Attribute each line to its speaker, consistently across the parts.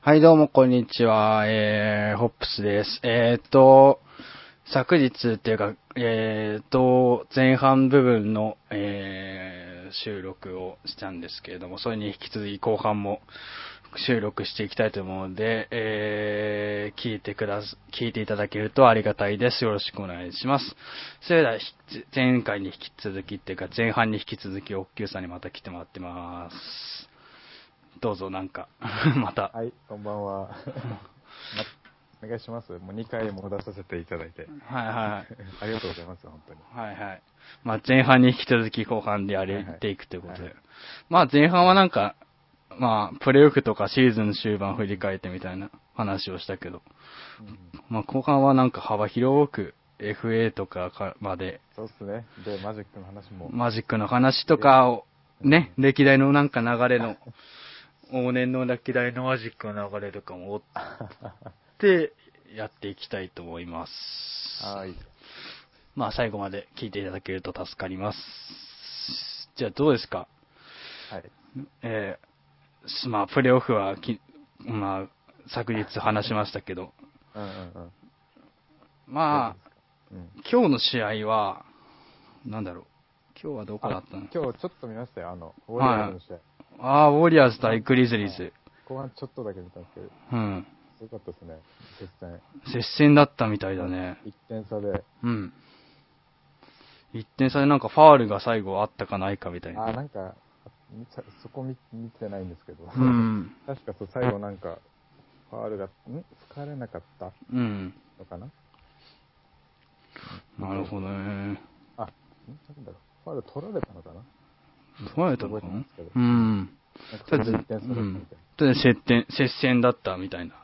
Speaker 1: はい、どうも、こんにちは。えー、ホップスです。えーっと、昨日っていうか、えーっと、前半部分の、えー、収録をしたんですけれども、それに引き続き後半も収録していきたいと思うので、えー、聞いてくだす、聞いていただけるとありがたいです。よろしくお願いします。それでは、ひ前回に引き続きっていうか、前半に引き続き、おっきゅうさんにまた来てもらってます。どうぞ、なんか、 また。
Speaker 2: はい、こんばんは。ま お願いします。もう2回も出させていただいて。
Speaker 1: はいは
Speaker 2: ありがとうございます、本当に。
Speaker 1: い。はいはい。まあ前半に引き続き後半でやれていくということ
Speaker 2: は
Speaker 1: で
Speaker 2: い。
Speaker 1: まあ前半はなんか、まあプレイオフとかシーズン終盤振り返ってみたいな話をしたけど、
Speaker 2: うん
Speaker 1: まあ後半はなんか幅広く FA とかかまで、
Speaker 2: そうっすね。で、マジックの話も。
Speaker 1: マジックの話とかを、ね、歴代のなんか流れの、 往年の歴代のマジックの流れとかも追って、やっていきたいと思います。
Speaker 2: はい。
Speaker 1: まあ最後まで聞いていただけると助かります。じゃあどうですか
Speaker 2: はい。
Speaker 1: えーすまあプレイオフはき、まあ昨日話しましたけど、
Speaker 2: うんうんうん。
Speaker 1: まあ
Speaker 2: うん
Speaker 1: 今日の試合は、なんだろう。今日はどこだ
Speaker 2: あ
Speaker 1: ったの
Speaker 2: 今日ちょっと見ましたよ、あの、ウォリアーズの試合。
Speaker 1: ああ、ウォリアーズ対グリズリーズ。
Speaker 2: 後半ちょっとだけ見たんですけど、
Speaker 1: うん。
Speaker 2: よかったですね、接戦。
Speaker 1: 接戦だったみたいだね。
Speaker 2: 1点差で。
Speaker 1: うん。1点差でなんかファールが最後あったかないかみたい
Speaker 2: あー、
Speaker 1: な。
Speaker 2: なんか、見ちゃそこ見見てないんですけど。
Speaker 1: うん。
Speaker 2: 確かそう、最後なんか、ファールが、ん使われなかった
Speaker 1: うん。
Speaker 2: のかな
Speaker 1: なるほどね。
Speaker 2: あ、んなんだろう。ファウル取られたのかな
Speaker 1: 取られたのか
Speaker 2: 覚えて
Speaker 1: な
Speaker 2: ますけど
Speaker 1: うん。と
Speaker 2: な
Speaker 1: り
Speaker 2: んか
Speaker 1: あえず、う
Speaker 2: 11点差だったみ
Speaker 1: ん
Speaker 2: たい。
Speaker 1: とりあえず接点、接戦だったみたいな
Speaker 2: な。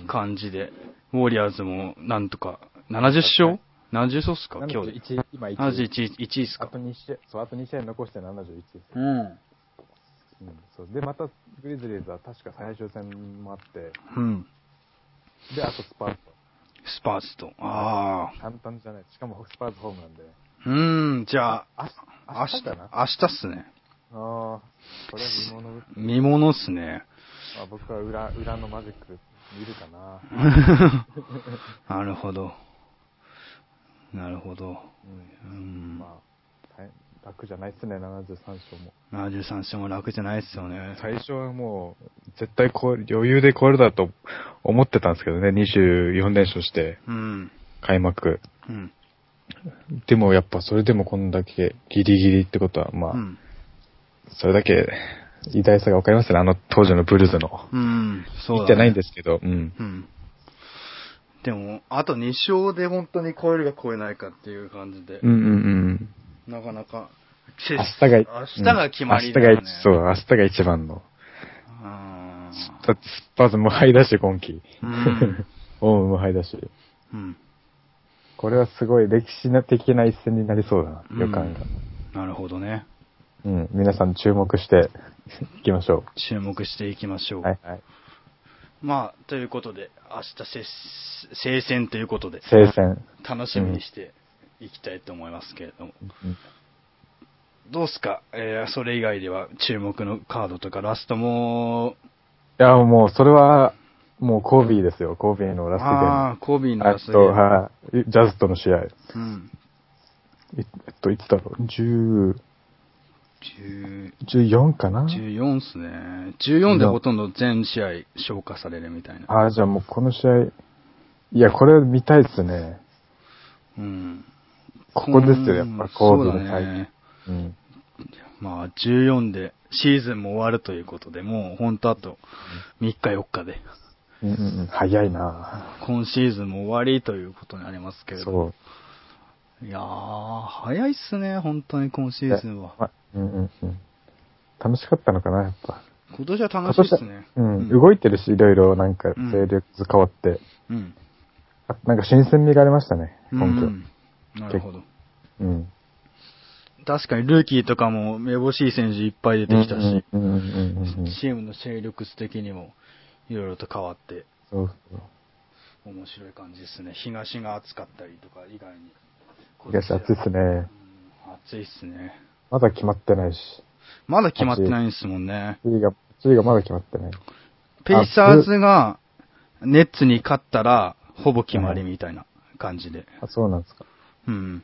Speaker 2: うん
Speaker 1: 感じで、ウォリアーズもなんとか、70勝 ?70 勝っすか
Speaker 2: 71
Speaker 1: 今日で。
Speaker 2: 今1
Speaker 1: 71、1位っす
Speaker 2: あ
Speaker 1: か
Speaker 2: と2試合、そう、あと2試合残して71です。
Speaker 1: うん。
Speaker 2: うん、そう。で、また、グリズリーズは確か最終戦もあって、
Speaker 1: うん。
Speaker 2: で、あとスパーズと。
Speaker 1: スパーズと。ああ。
Speaker 2: 簡単じゃない。しかもスパーズホームなんで。
Speaker 1: うーん、じゃあ、
Speaker 2: あ、
Speaker 1: 明
Speaker 2: 明
Speaker 1: 日
Speaker 2: 日だな。あ
Speaker 1: 明日っすね。
Speaker 2: あー、これは見
Speaker 1: 見
Speaker 2: 物ぶ、
Speaker 1: 物っすね。
Speaker 2: まあ、僕は裏、裏のマジック見るかな。
Speaker 1: なるほど。なるほど。う。
Speaker 2: うんまあ、大楽じゃないっすね、73勝も。
Speaker 1: 73勝も楽じゃないっすよね。
Speaker 2: 最初はもう、絶対超える、余裕で超えるだと思ってたんですけどね、24連勝して、
Speaker 1: うん。
Speaker 2: 開幕。
Speaker 1: うん。
Speaker 2: でもやっぱそれでもこんだけギリギリってことは、まあ、
Speaker 1: うん。
Speaker 2: それだけ偉大さがわかりますね、あの当時のブルーズの。
Speaker 1: うん。そうだ、ね。
Speaker 2: 見てないんですけど、うん。
Speaker 1: うん。でも、あと2勝で本当に超えるか超えないかっていう感じで、
Speaker 2: うんうんうん。
Speaker 1: なかなか、
Speaker 2: 明日が、
Speaker 1: 明日が決まりだ
Speaker 2: うん
Speaker 1: よね
Speaker 2: 明日。が、そう、明日が一番の。
Speaker 1: あ
Speaker 2: だってスパーズ無敗だし、今季。
Speaker 1: ー うん。
Speaker 2: オウム無敗だし。
Speaker 1: うん。
Speaker 2: これはすごい歴史的な一戦になりそうだな、予感が。
Speaker 1: なるほどね。
Speaker 2: うん、皆さん注目 していきましょ
Speaker 1: 注目していきましょ
Speaker 2: う。
Speaker 1: う。
Speaker 2: はい、はい。
Speaker 1: まあ、ということで、明日せ、聖戦ということで、
Speaker 2: 聖戦。
Speaker 1: 楽しみにしていきたいと思いますけれども。
Speaker 2: うん
Speaker 1: どうっすかえーそれ以外では注目のカードとかラストも、
Speaker 2: いや、もう、それは、もうコービーですよ。コービーのラストゲー
Speaker 1: あ
Speaker 2: ム。
Speaker 1: あ、コービーの
Speaker 2: あ
Speaker 1: ラストゲ
Speaker 2: と、
Speaker 1: ーム
Speaker 2: はい。ジャズとの試合。い
Speaker 1: うん。
Speaker 2: えっと、いつだろう。10、
Speaker 1: 10
Speaker 2: 14かな
Speaker 1: 14っすね。14でほとんど全試合消化されるみたいな。
Speaker 2: ああ、じゃあもうこの試合、いや、これ見たいですね。
Speaker 1: うん。
Speaker 2: ここですよ、やっぱ、コー
Speaker 1: そう
Speaker 2: ビーの
Speaker 1: だ
Speaker 2: 最
Speaker 1: ね。
Speaker 2: 後。うん。
Speaker 1: まあ、14でシーズンも終わるということで、もうほんとあと3日4日で、
Speaker 2: うんうんうん、早いな
Speaker 1: 今シーズンも終わりということになりますけれど。
Speaker 2: そう。
Speaker 1: いやー、早いっすね、本当に今シーズンは。
Speaker 2: まうんうんうん。楽しかったのかな、やっぱ。
Speaker 1: 今年は楽しいっすね。
Speaker 2: うん、動
Speaker 1: い
Speaker 2: いてるし、いろいろ、なんか、
Speaker 1: うん
Speaker 2: 勢力図変わって。
Speaker 1: うん。
Speaker 2: あなんか新鮮味がありましたね、
Speaker 1: うん
Speaker 2: 今季は。
Speaker 1: なるほど。
Speaker 2: うん。
Speaker 1: 確かにルーキーとかもめぼしい選手いっぱい出てきたし。
Speaker 2: うんうんうんうんうん。
Speaker 1: チームの勢力図的にもいろいろと変わって
Speaker 2: そうそう。
Speaker 1: 面白い感じですね。東が暑かったりとか以外に。
Speaker 2: 東暑いっすね。
Speaker 1: うん暑いっすね。
Speaker 2: まだ決まってないし。
Speaker 1: まだ決まってないんですもんね。
Speaker 2: 地位が、地位がまだ決まってない。
Speaker 1: ペイサーズが、ネッツに勝ったら、ほぼ決まりみたいな感じで。
Speaker 2: あ、そうなんですか。
Speaker 1: うん。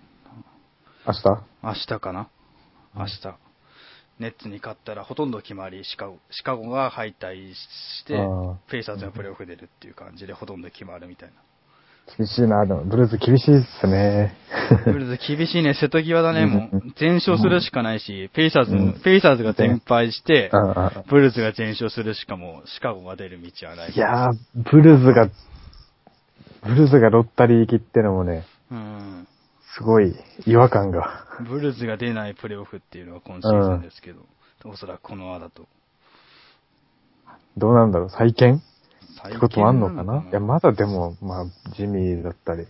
Speaker 2: 明日
Speaker 1: 明日かな明日。ネッツに勝ったらほとんど決まり、シカゴ、シカゴが敗退して
Speaker 2: あー、
Speaker 1: ペイサーズがプレーオフ出るっていう感じでほとんど決まるみたいな。
Speaker 2: 厳しいな、でも、ブルーズ厳しいっすね。
Speaker 1: ブルーズ厳しいね、瀬戸際だね、も
Speaker 2: う。
Speaker 1: うん全勝するしかないし、ペイサー
Speaker 2: う
Speaker 1: ズ
Speaker 2: ん、
Speaker 1: ペイサーズが全敗して
Speaker 2: う、んうん
Speaker 1: ブルーズが全勝するしかも、シカゴが出る道はない。
Speaker 2: いやー、ブルーズが、ブルーズがロッタリー行きってのもね、
Speaker 1: うん。
Speaker 2: すごい違和感が。
Speaker 1: ブルーズが出ないプレーオフっていうのは今シーズンですけど、おそらくこの輪だと。
Speaker 2: どうなんだろう、再建っ
Speaker 1: 最
Speaker 2: てことはあんのかな
Speaker 1: 近
Speaker 2: いや、まだでも、まあ、ジミーだったり、
Speaker 1: うん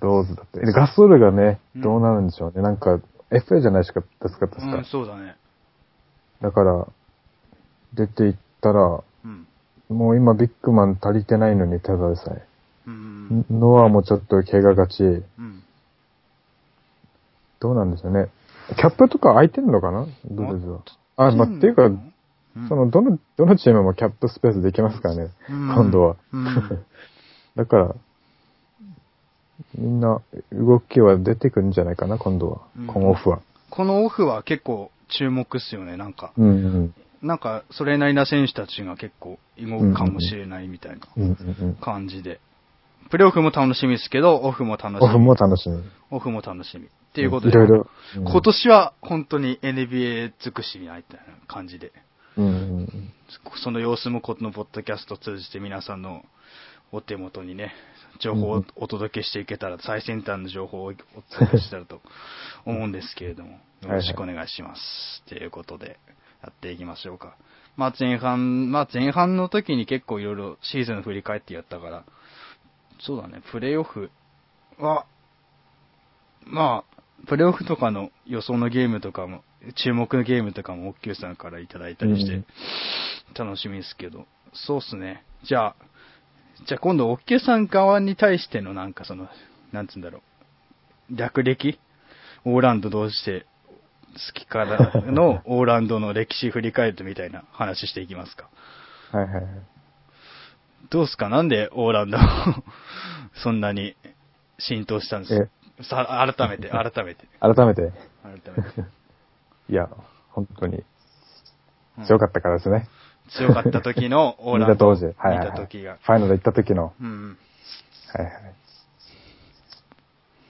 Speaker 2: ローズだったり。でガソールがね、
Speaker 1: うん
Speaker 2: どうなるんでしょうね。なんか、FA じゃないしか、ですか、確か。
Speaker 1: うん、そうだね。
Speaker 2: だから、出ていったら、
Speaker 1: うん。
Speaker 2: もう今ビッグマン足りてないのに、ただでさえ。
Speaker 1: うん。
Speaker 2: ノアもちょっと怪我がち。
Speaker 1: うん。
Speaker 2: どうなんでしょうね。キャップとか空いてんのかなブルーズは。あ、まあ、っていうか、
Speaker 1: うん
Speaker 2: その、どの、どのチームもキャップスペースできますからね。今度は。
Speaker 1: うん
Speaker 2: だから、みんな動きは出てくるんじゃないかな、今度は
Speaker 1: うん。
Speaker 2: 今オフは。
Speaker 1: このオフは結構注目っすよね、なんか。
Speaker 2: うんうん。
Speaker 1: なんか、それなりな選手たちが結構動くかもしれないみたいな
Speaker 2: うんうんうん。
Speaker 1: 感じで。プレーオフも楽しみですけど、オフも楽し
Speaker 2: オフ
Speaker 1: み。
Speaker 2: も楽しみ。っ
Speaker 1: オフも楽しみ。っていうことで。
Speaker 2: いろいろ。うん
Speaker 1: 今。年は本当に NBA 尽くしみたいな感じで、
Speaker 2: うんうん
Speaker 1: その様子もこのポッドキャストを通じて皆さんのお手元にね、情報をお届けしていけたら、最先端の情報をお届けしたらと思うんですけれども、
Speaker 2: い
Speaker 1: よろしくお願いします。と、い、うことで、やっていきましょうか。まあ前半、まあ前半の時に結構いろいろシーズン振り返ってやったから、そうだね、プレイオフは、まあ、プレイオフとかの予想のゲームとかも、注目のゲームとかも、おっきゅうさんからいただいたりし
Speaker 2: う
Speaker 1: て
Speaker 2: ん、
Speaker 1: 楽しみですけど、そうっすね。じゃあ、じゃあ今度、おっきゅうさん側に対してのなんかその、なんつうんだろう、略歴オーランドどうして好きからの オーランドの歴史振り返ってみたいな話していきますか。
Speaker 2: はいはいはい。
Speaker 1: どうっすかなんでオーランド そんなに浸透したんですかさ改めて、改めて。
Speaker 2: 改めて、
Speaker 1: 改めて。
Speaker 2: いや、本当に
Speaker 1: うん
Speaker 2: 強かったからですね。
Speaker 1: 強かった時のオー
Speaker 2: 見
Speaker 1: ラ
Speaker 2: た
Speaker 1: ンド。
Speaker 2: 当時。はいは
Speaker 1: 見
Speaker 2: い
Speaker 1: た
Speaker 2: はい。
Speaker 1: 時が。
Speaker 2: ファイナル行った時の。
Speaker 1: うん。
Speaker 2: はいはい。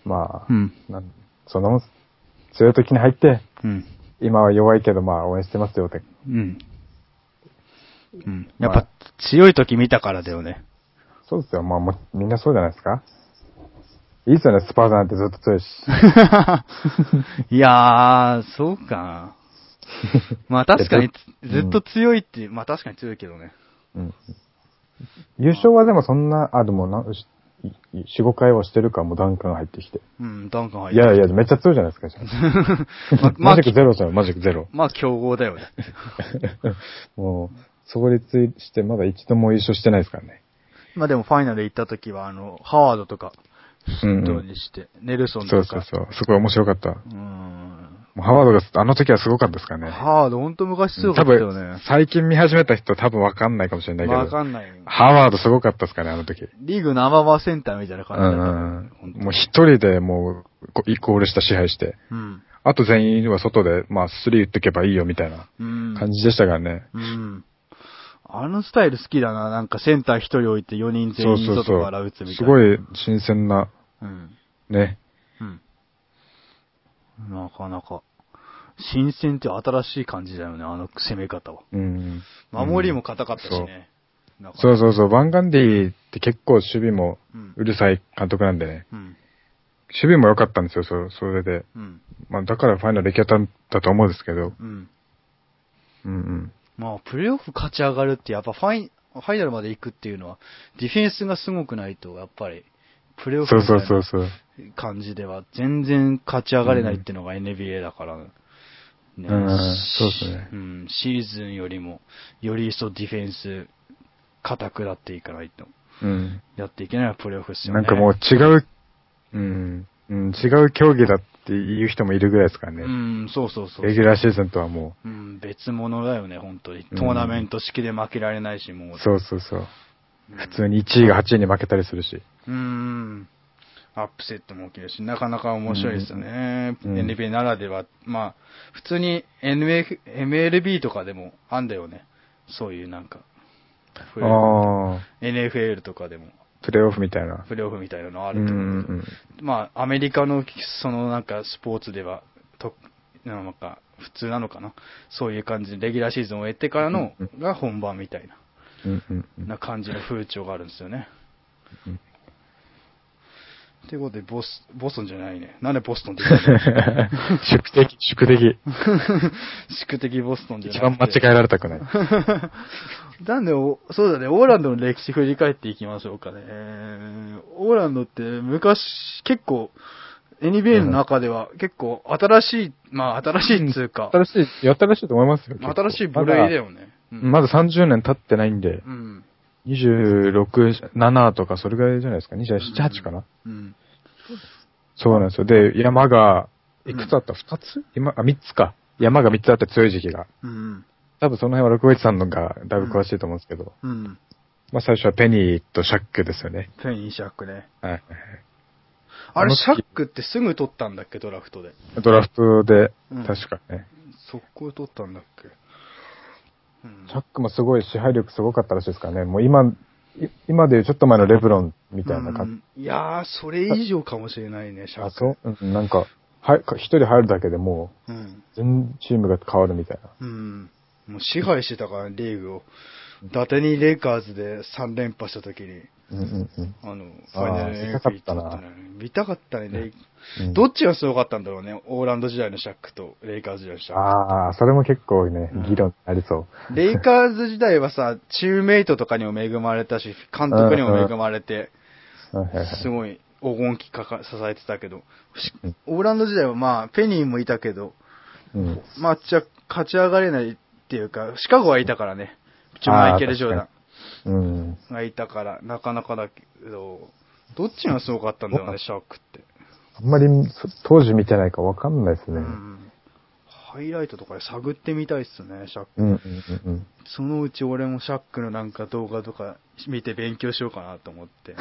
Speaker 2: ま
Speaker 1: う
Speaker 2: あ、
Speaker 1: ん。
Speaker 2: なんその、強い時に入って、
Speaker 1: うん。
Speaker 2: 今は弱いけど、まあ応援してますよって。
Speaker 1: うん。うん。や
Speaker 2: ま
Speaker 1: っ
Speaker 2: あ
Speaker 1: ぱ強い時見たからだよ ね。
Speaker 2: そうですよ。まあもうみんなそうじゃないですか。いいですよね、スパーズなんてずっと強いし。
Speaker 1: いやー、そうかな。まあ確かに
Speaker 2: え
Speaker 1: ずっと強いって、まあ確かに強いけどね。
Speaker 2: うん。優勝はでもそんな、あ、でもな、うし4、5回はしてるから、もうダンカン入ってきて。
Speaker 1: うん、ダンカン入
Speaker 2: いやいや、めっちゃ強いじゃないですか、じゃあ
Speaker 1: まあ
Speaker 2: マジックゼロじゃん、マジックゼロ。
Speaker 1: まあ強豪だよね。
Speaker 2: もう、創立してまだ一度も優勝してないですからね。
Speaker 1: まあでもファイナル行った時は、あの、ハワードとか、
Speaker 2: うんうん
Speaker 1: どうにして、ネルソン
Speaker 2: そ
Speaker 1: と
Speaker 2: うそう
Speaker 1: か。
Speaker 2: そう。すごい面白かった。
Speaker 1: うーん。
Speaker 2: もうハワードが、あの時はすごかったですからね。
Speaker 1: ハワード、ほんと昔強か
Speaker 2: 多
Speaker 1: ったよね
Speaker 2: 分、。最近見始めた人多分わかんないかもしれないけど。
Speaker 1: わかんないよ。
Speaker 2: ハワードすごかったですかね、あの時。
Speaker 1: リーグナンバーワンセンターみたいな
Speaker 2: う
Speaker 1: 感じだった
Speaker 2: ん
Speaker 1: ね。
Speaker 2: う
Speaker 1: 本
Speaker 2: ん
Speaker 1: 当
Speaker 2: もう一人でもう、こイコールした支配して。
Speaker 1: うん。
Speaker 2: あと全員は外で、まあ、スリー打ってけばいいよ、みたいな
Speaker 1: うん。
Speaker 2: 感じでしたからね。
Speaker 1: うん。あのスタイル好きだな。なんかセンター一人置いて4人
Speaker 2: そ
Speaker 1: 全
Speaker 2: う
Speaker 1: 員
Speaker 2: そう
Speaker 1: 外
Speaker 2: そ
Speaker 1: から打
Speaker 2: う
Speaker 1: つみたいな。。
Speaker 2: すご。い新鮮な、
Speaker 1: うん。
Speaker 2: ね。
Speaker 1: うん。なかなか。新鮮って新しい感じだよね、あの攻め方は。
Speaker 2: うん。
Speaker 1: 守りも硬かったしね。なんか
Speaker 2: そうそうそう、バンガンディって結構守備も
Speaker 1: うん
Speaker 2: うるさい監督なんでね。
Speaker 1: うん。
Speaker 2: 守備も良かったんですよ、そそれで。
Speaker 1: うん。
Speaker 2: まあ、だからファイナル行けたんだと思うんですけど。
Speaker 1: うん。
Speaker 2: うんうん。
Speaker 1: まあ、プレーオフ勝ち上がるって、やっぱファイファイナルまで行くっていうのは、ディフェンスがすごくないと、やっぱり、プレーオフ
Speaker 2: そう
Speaker 1: みた
Speaker 2: そ
Speaker 1: いうな
Speaker 2: そうそう。
Speaker 1: 感じでは全然勝ち上がれないっていうのが NBA だから、ね
Speaker 2: うんそうですね
Speaker 1: うんシーズンよりも、より一層ディフェンス、固くなっていかないと、
Speaker 2: うん。
Speaker 1: やっていけないのがプレーオフですよ
Speaker 2: な
Speaker 1: ね。
Speaker 2: んかもう違う、うん、うん、違う競技だっっていう人もいるぐらいですからね。
Speaker 1: うん、そうそうそう。
Speaker 2: レギュラーシーズンとはも
Speaker 1: うん、別物だよね、本当に。
Speaker 2: うん
Speaker 1: トーナメント式で負けられないし、も
Speaker 2: う、
Speaker 1: う。
Speaker 2: そうそうそう。普通に1位が8位に負けたりするし。
Speaker 1: うん。アップセットも起きるし、なかなか面白いですよね。
Speaker 2: うん
Speaker 1: NBA ならでは。まあ、普通に NF MLB とかでもあんだよね。そういうなんか。プレーオフ
Speaker 2: ああ、
Speaker 1: NFL とかでも、
Speaker 2: プレイオフみたいな。
Speaker 1: プレーオフみたいなのあ
Speaker 2: う
Speaker 1: る
Speaker 2: ん
Speaker 1: と
Speaker 2: う
Speaker 1: 思うけど
Speaker 2: んうん。
Speaker 1: まあ、アメリカの、そのなんか、スポーツでは、と、なんか、普通なのかな。そういう感じで、レギュラーシーズンを終えてからの
Speaker 2: うん、
Speaker 1: が本番みたいな、
Speaker 2: うんうんうん
Speaker 1: な感じの風潮があるんですよね。
Speaker 2: うん
Speaker 1: ってことで、ボス、ボストンじゃないね。なんでボストンって言ったの
Speaker 2: 宿敵、宿敵。
Speaker 1: 宿敵ボストンじゃ
Speaker 2: 一
Speaker 1: な
Speaker 2: 番
Speaker 1: くて
Speaker 2: 間違えられたくない。
Speaker 1: なんでお、そうだね、オーランドの歴史振り返っていきましょうかね。えーオーランドって昔、結構、NBA の中では結構新しい、まあ新しいっつうか、
Speaker 2: 新しい、やったらしいと思いますよ。結構
Speaker 1: 新しい部類だよね。うん
Speaker 2: まだまだ30年経ってないんで
Speaker 1: う、ん。
Speaker 2: 26、7とかそれぐらいじゃないですか。27、8かな。
Speaker 1: うん。
Speaker 2: そうなんですよ。で、山が、いくつあった ?2 つ今、あ、3つか。山が3つあって強い時期が。
Speaker 1: うん。
Speaker 2: 多分その辺は六月さんのがだいぶ詳しいと思うんですけど。
Speaker 1: うん。
Speaker 2: まあ最初はペニーとシャックですよね。
Speaker 1: ペニーシャックね。
Speaker 2: はい。
Speaker 1: あ
Speaker 2: あ
Speaker 1: れ、
Speaker 2: の
Speaker 1: シャックってすぐ取ったんだっけ、ドラフトで。
Speaker 2: ドラフトで
Speaker 1: うん、
Speaker 2: 確かね。
Speaker 1: 速攻取ったんだっけ。うん
Speaker 2: シャックもすごい支配力すごかったらしいですからね。もう今、い今でいうちょっと前のレブロンみたいな感じ。
Speaker 1: うんいやー、それ以上かもしれないね、シャッ
Speaker 2: あ、そ
Speaker 1: ク
Speaker 2: う。うん、なんか、はい、か一人入るだけでも
Speaker 1: うん。
Speaker 2: う、全チームが変わるみたいな。
Speaker 1: うん。もう支配してたから、ね、リーグを。伊達にレイカーズで3連覇した時に、
Speaker 2: うんうんうん。
Speaker 1: あの、フ
Speaker 2: あー
Speaker 1: ァイナル MVP
Speaker 2: 見たかったな
Speaker 1: 取のよね見たかったね、レイ
Speaker 2: うん
Speaker 1: どっちがすごかったんだろうね、オーランド時代のシャックとレイカーズ時代のシャッ
Speaker 2: ああ、それも結構ね、議論になりそう。
Speaker 1: ク。レイカーズ時代はさ、チームメイトとかにも恵まれたし、監督にも恵まれて、
Speaker 2: はいはいはい
Speaker 1: すごい黄金期かか支えてたけど、し
Speaker 2: うん
Speaker 1: オーランド時代はまあ、ペニーもいたけど、
Speaker 2: うん
Speaker 1: まあ、じゃ勝ち上がれないっていうか、シカゴはいたからね、ジョマイケル・ジョーダン。
Speaker 2: うん。
Speaker 1: がいたから、なかなかだけど、どっちがすごかったんだろうね、シャークって。
Speaker 2: あんまりそ当時見てないからわかんないです
Speaker 1: う
Speaker 2: ね。
Speaker 1: ん。ハイライトとかで探ってみたいっすね、シャーク。
Speaker 2: うんうんうんうん。
Speaker 1: そのうち俺もシャックのなんか動画とか見て勉強しようかなと思って。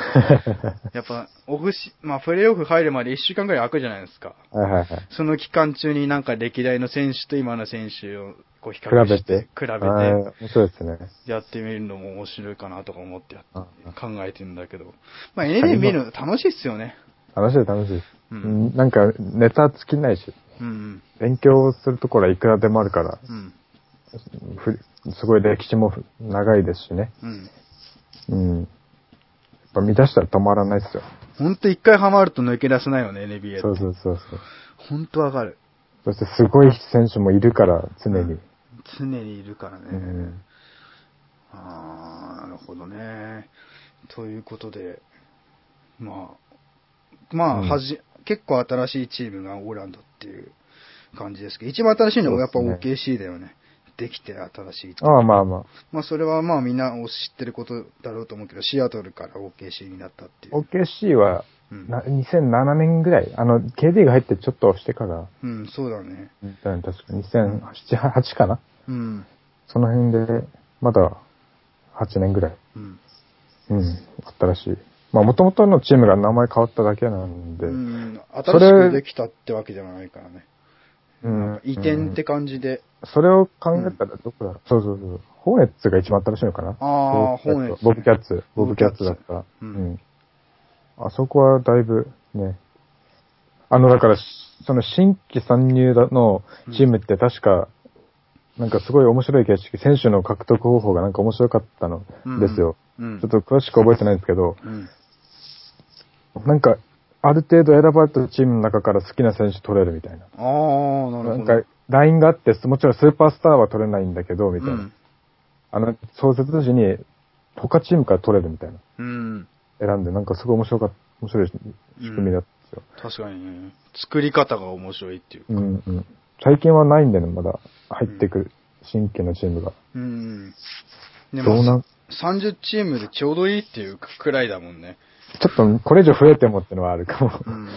Speaker 1: やっぱ、オフシ、まあ、プレイオフ入るまで1週間ぐらい空くじゃないですか。
Speaker 2: はいはいはい。
Speaker 1: その期間中になんか歴代の選手と今の選手をこう比較して、比べ
Speaker 2: 比べて。
Speaker 1: て
Speaker 2: べて。そうですね。
Speaker 1: やってみるのも面白いかなとか思ってやっ
Speaker 2: ああ
Speaker 1: 考えてんだけど。まあ、NBA 見るの楽しいっすよね。
Speaker 2: 楽しい楽しいです。
Speaker 1: う
Speaker 2: うんん、なんか、ネタ尽きないし、
Speaker 1: うん
Speaker 2: 勉強するところはいくらでもあるから、
Speaker 1: うん。うん。
Speaker 2: ふすごい歴史もふ長いですしね。
Speaker 1: うん。
Speaker 2: うん。やっぱ見出したら止まらないですよ。
Speaker 1: ほんと一回ハマると抜け出せないよね、NBA って。
Speaker 2: そうそうそうそう。
Speaker 1: ほんとわかる。
Speaker 2: そしてすごい選手もいるから、常に。
Speaker 1: 常にいるからね。
Speaker 2: うん。
Speaker 1: ああ、なるほどね。ということで、まあ、まあ、
Speaker 2: うん
Speaker 1: はじ、結構新しいチームがオーランドっていう感じですけど、一番新しいのはやっぱ
Speaker 2: そうで
Speaker 1: OKC だよね。できて新しい。
Speaker 2: ああ、まあまあ。
Speaker 1: まあ、それはまあみんなお知ってることだろうと思うけど、シアトルから OKC になったっていう。
Speaker 2: OKC は、
Speaker 1: うん
Speaker 2: な2007年ぐらい、あの、KD が入ってちょっとしてから、
Speaker 1: うん、そうだね。
Speaker 2: 確か2007、8かな
Speaker 1: うん。
Speaker 2: その辺で、まだ8年ぐらい、
Speaker 1: うん。
Speaker 2: うん、あったらしい。まあ、もともとのチームが名前変わっただけなんで、
Speaker 1: う
Speaker 2: うん。
Speaker 1: ん、
Speaker 2: それ
Speaker 1: 新しくできたってわけじゃないからね。移転って感じで、
Speaker 2: それを考えたらどこだろう、そうそうそう。ホーネッツが一番新しいのかな
Speaker 1: あー
Speaker 2: ボブ
Speaker 1: ホーネッツ
Speaker 2: ボブキャッツ。ボブキャッツだったら。
Speaker 1: う
Speaker 2: うんん。あそこはだいぶ、ね。あの、だから、しその新規参入だのチームって確か、なんかすごい面白い形式、選手の獲得方法がなんか面白かったの
Speaker 1: うん
Speaker 2: ですよ。
Speaker 1: うん
Speaker 2: ちょっと詳しく覚えてないんですけど、
Speaker 1: うん。
Speaker 2: なんか、ある程度選ばれたチームの中から好きな選手取れるみたいな。
Speaker 1: ああ、なるほど。
Speaker 2: なんか、ラインがあって、もちろんスーパースターは取れないんだけど、みたいな。あの、創設時に、他チームから取れるみたいな。
Speaker 1: うん。うん。
Speaker 2: 選んで、なんかすごい面白かった、面白い仕組みだったんです
Speaker 1: 確
Speaker 2: よ。
Speaker 1: かにね。作り方が面白いっていう。
Speaker 2: うん、うん、最近はないんだよね、まだ。入ってくる、新規のチームが。
Speaker 1: うん。で
Speaker 2: どうな
Speaker 1: も、30チームでちょうどいいっていうくらいだもんね。
Speaker 2: ちょっと、これ以上増えてもってのはあるかも。
Speaker 1: うん。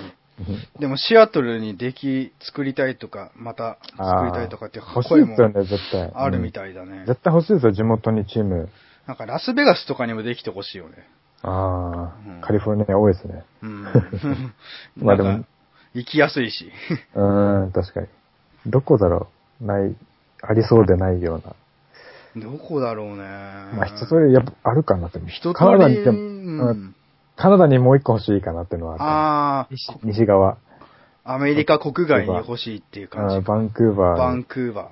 Speaker 1: でもシアトルに出来作りたいとか、また作りたいとかっていう
Speaker 2: 欲し
Speaker 1: 声
Speaker 2: い
Speaker 1: も
Speaker 2: ですよね、絶対。
Speaker 1: あるみた
Speaker 2: い、
Speaker 1: いだね。
Speaker 2: 絶対欲しいですよ、地元にチーム。
Speaker 1: なんかラスベガスとかにもできてほしいよね。
Speaker 2: ああ、
Speaker 1: うん
Speaker 2: カリフォルニア多いですね。
Speaker 1: うん。 な
Speaker 2: まあでも
Speaker 1: んか、行きやすいし。
Speaker 2: うーん、確かに。どこだろうない、ありそうでないような。
Speaker 1: どこだろうね。
Speaker 2: まあ、一通りやっぱあるかなって。
Speaker 1: 一通
Speaker 2: カナダに
Speaker 1: り、
Speaker 2: で
Speaker 1: う
Speaker 2: も
Speaker 1: ん、
Speaker 2: カナダにもう一個欲しいかなっていうのはあ
Speaker 1: あ
Speaker 2: る。西西側。
Speaker 1: あ、アメリカ国外に欲しいっていう
Speaker 2: あ
Speaker 1: 感
Speaker 2: ー
Speaker 1: じ。
Speaker 2: バンクーバー。
Speaker 1: バンクーバ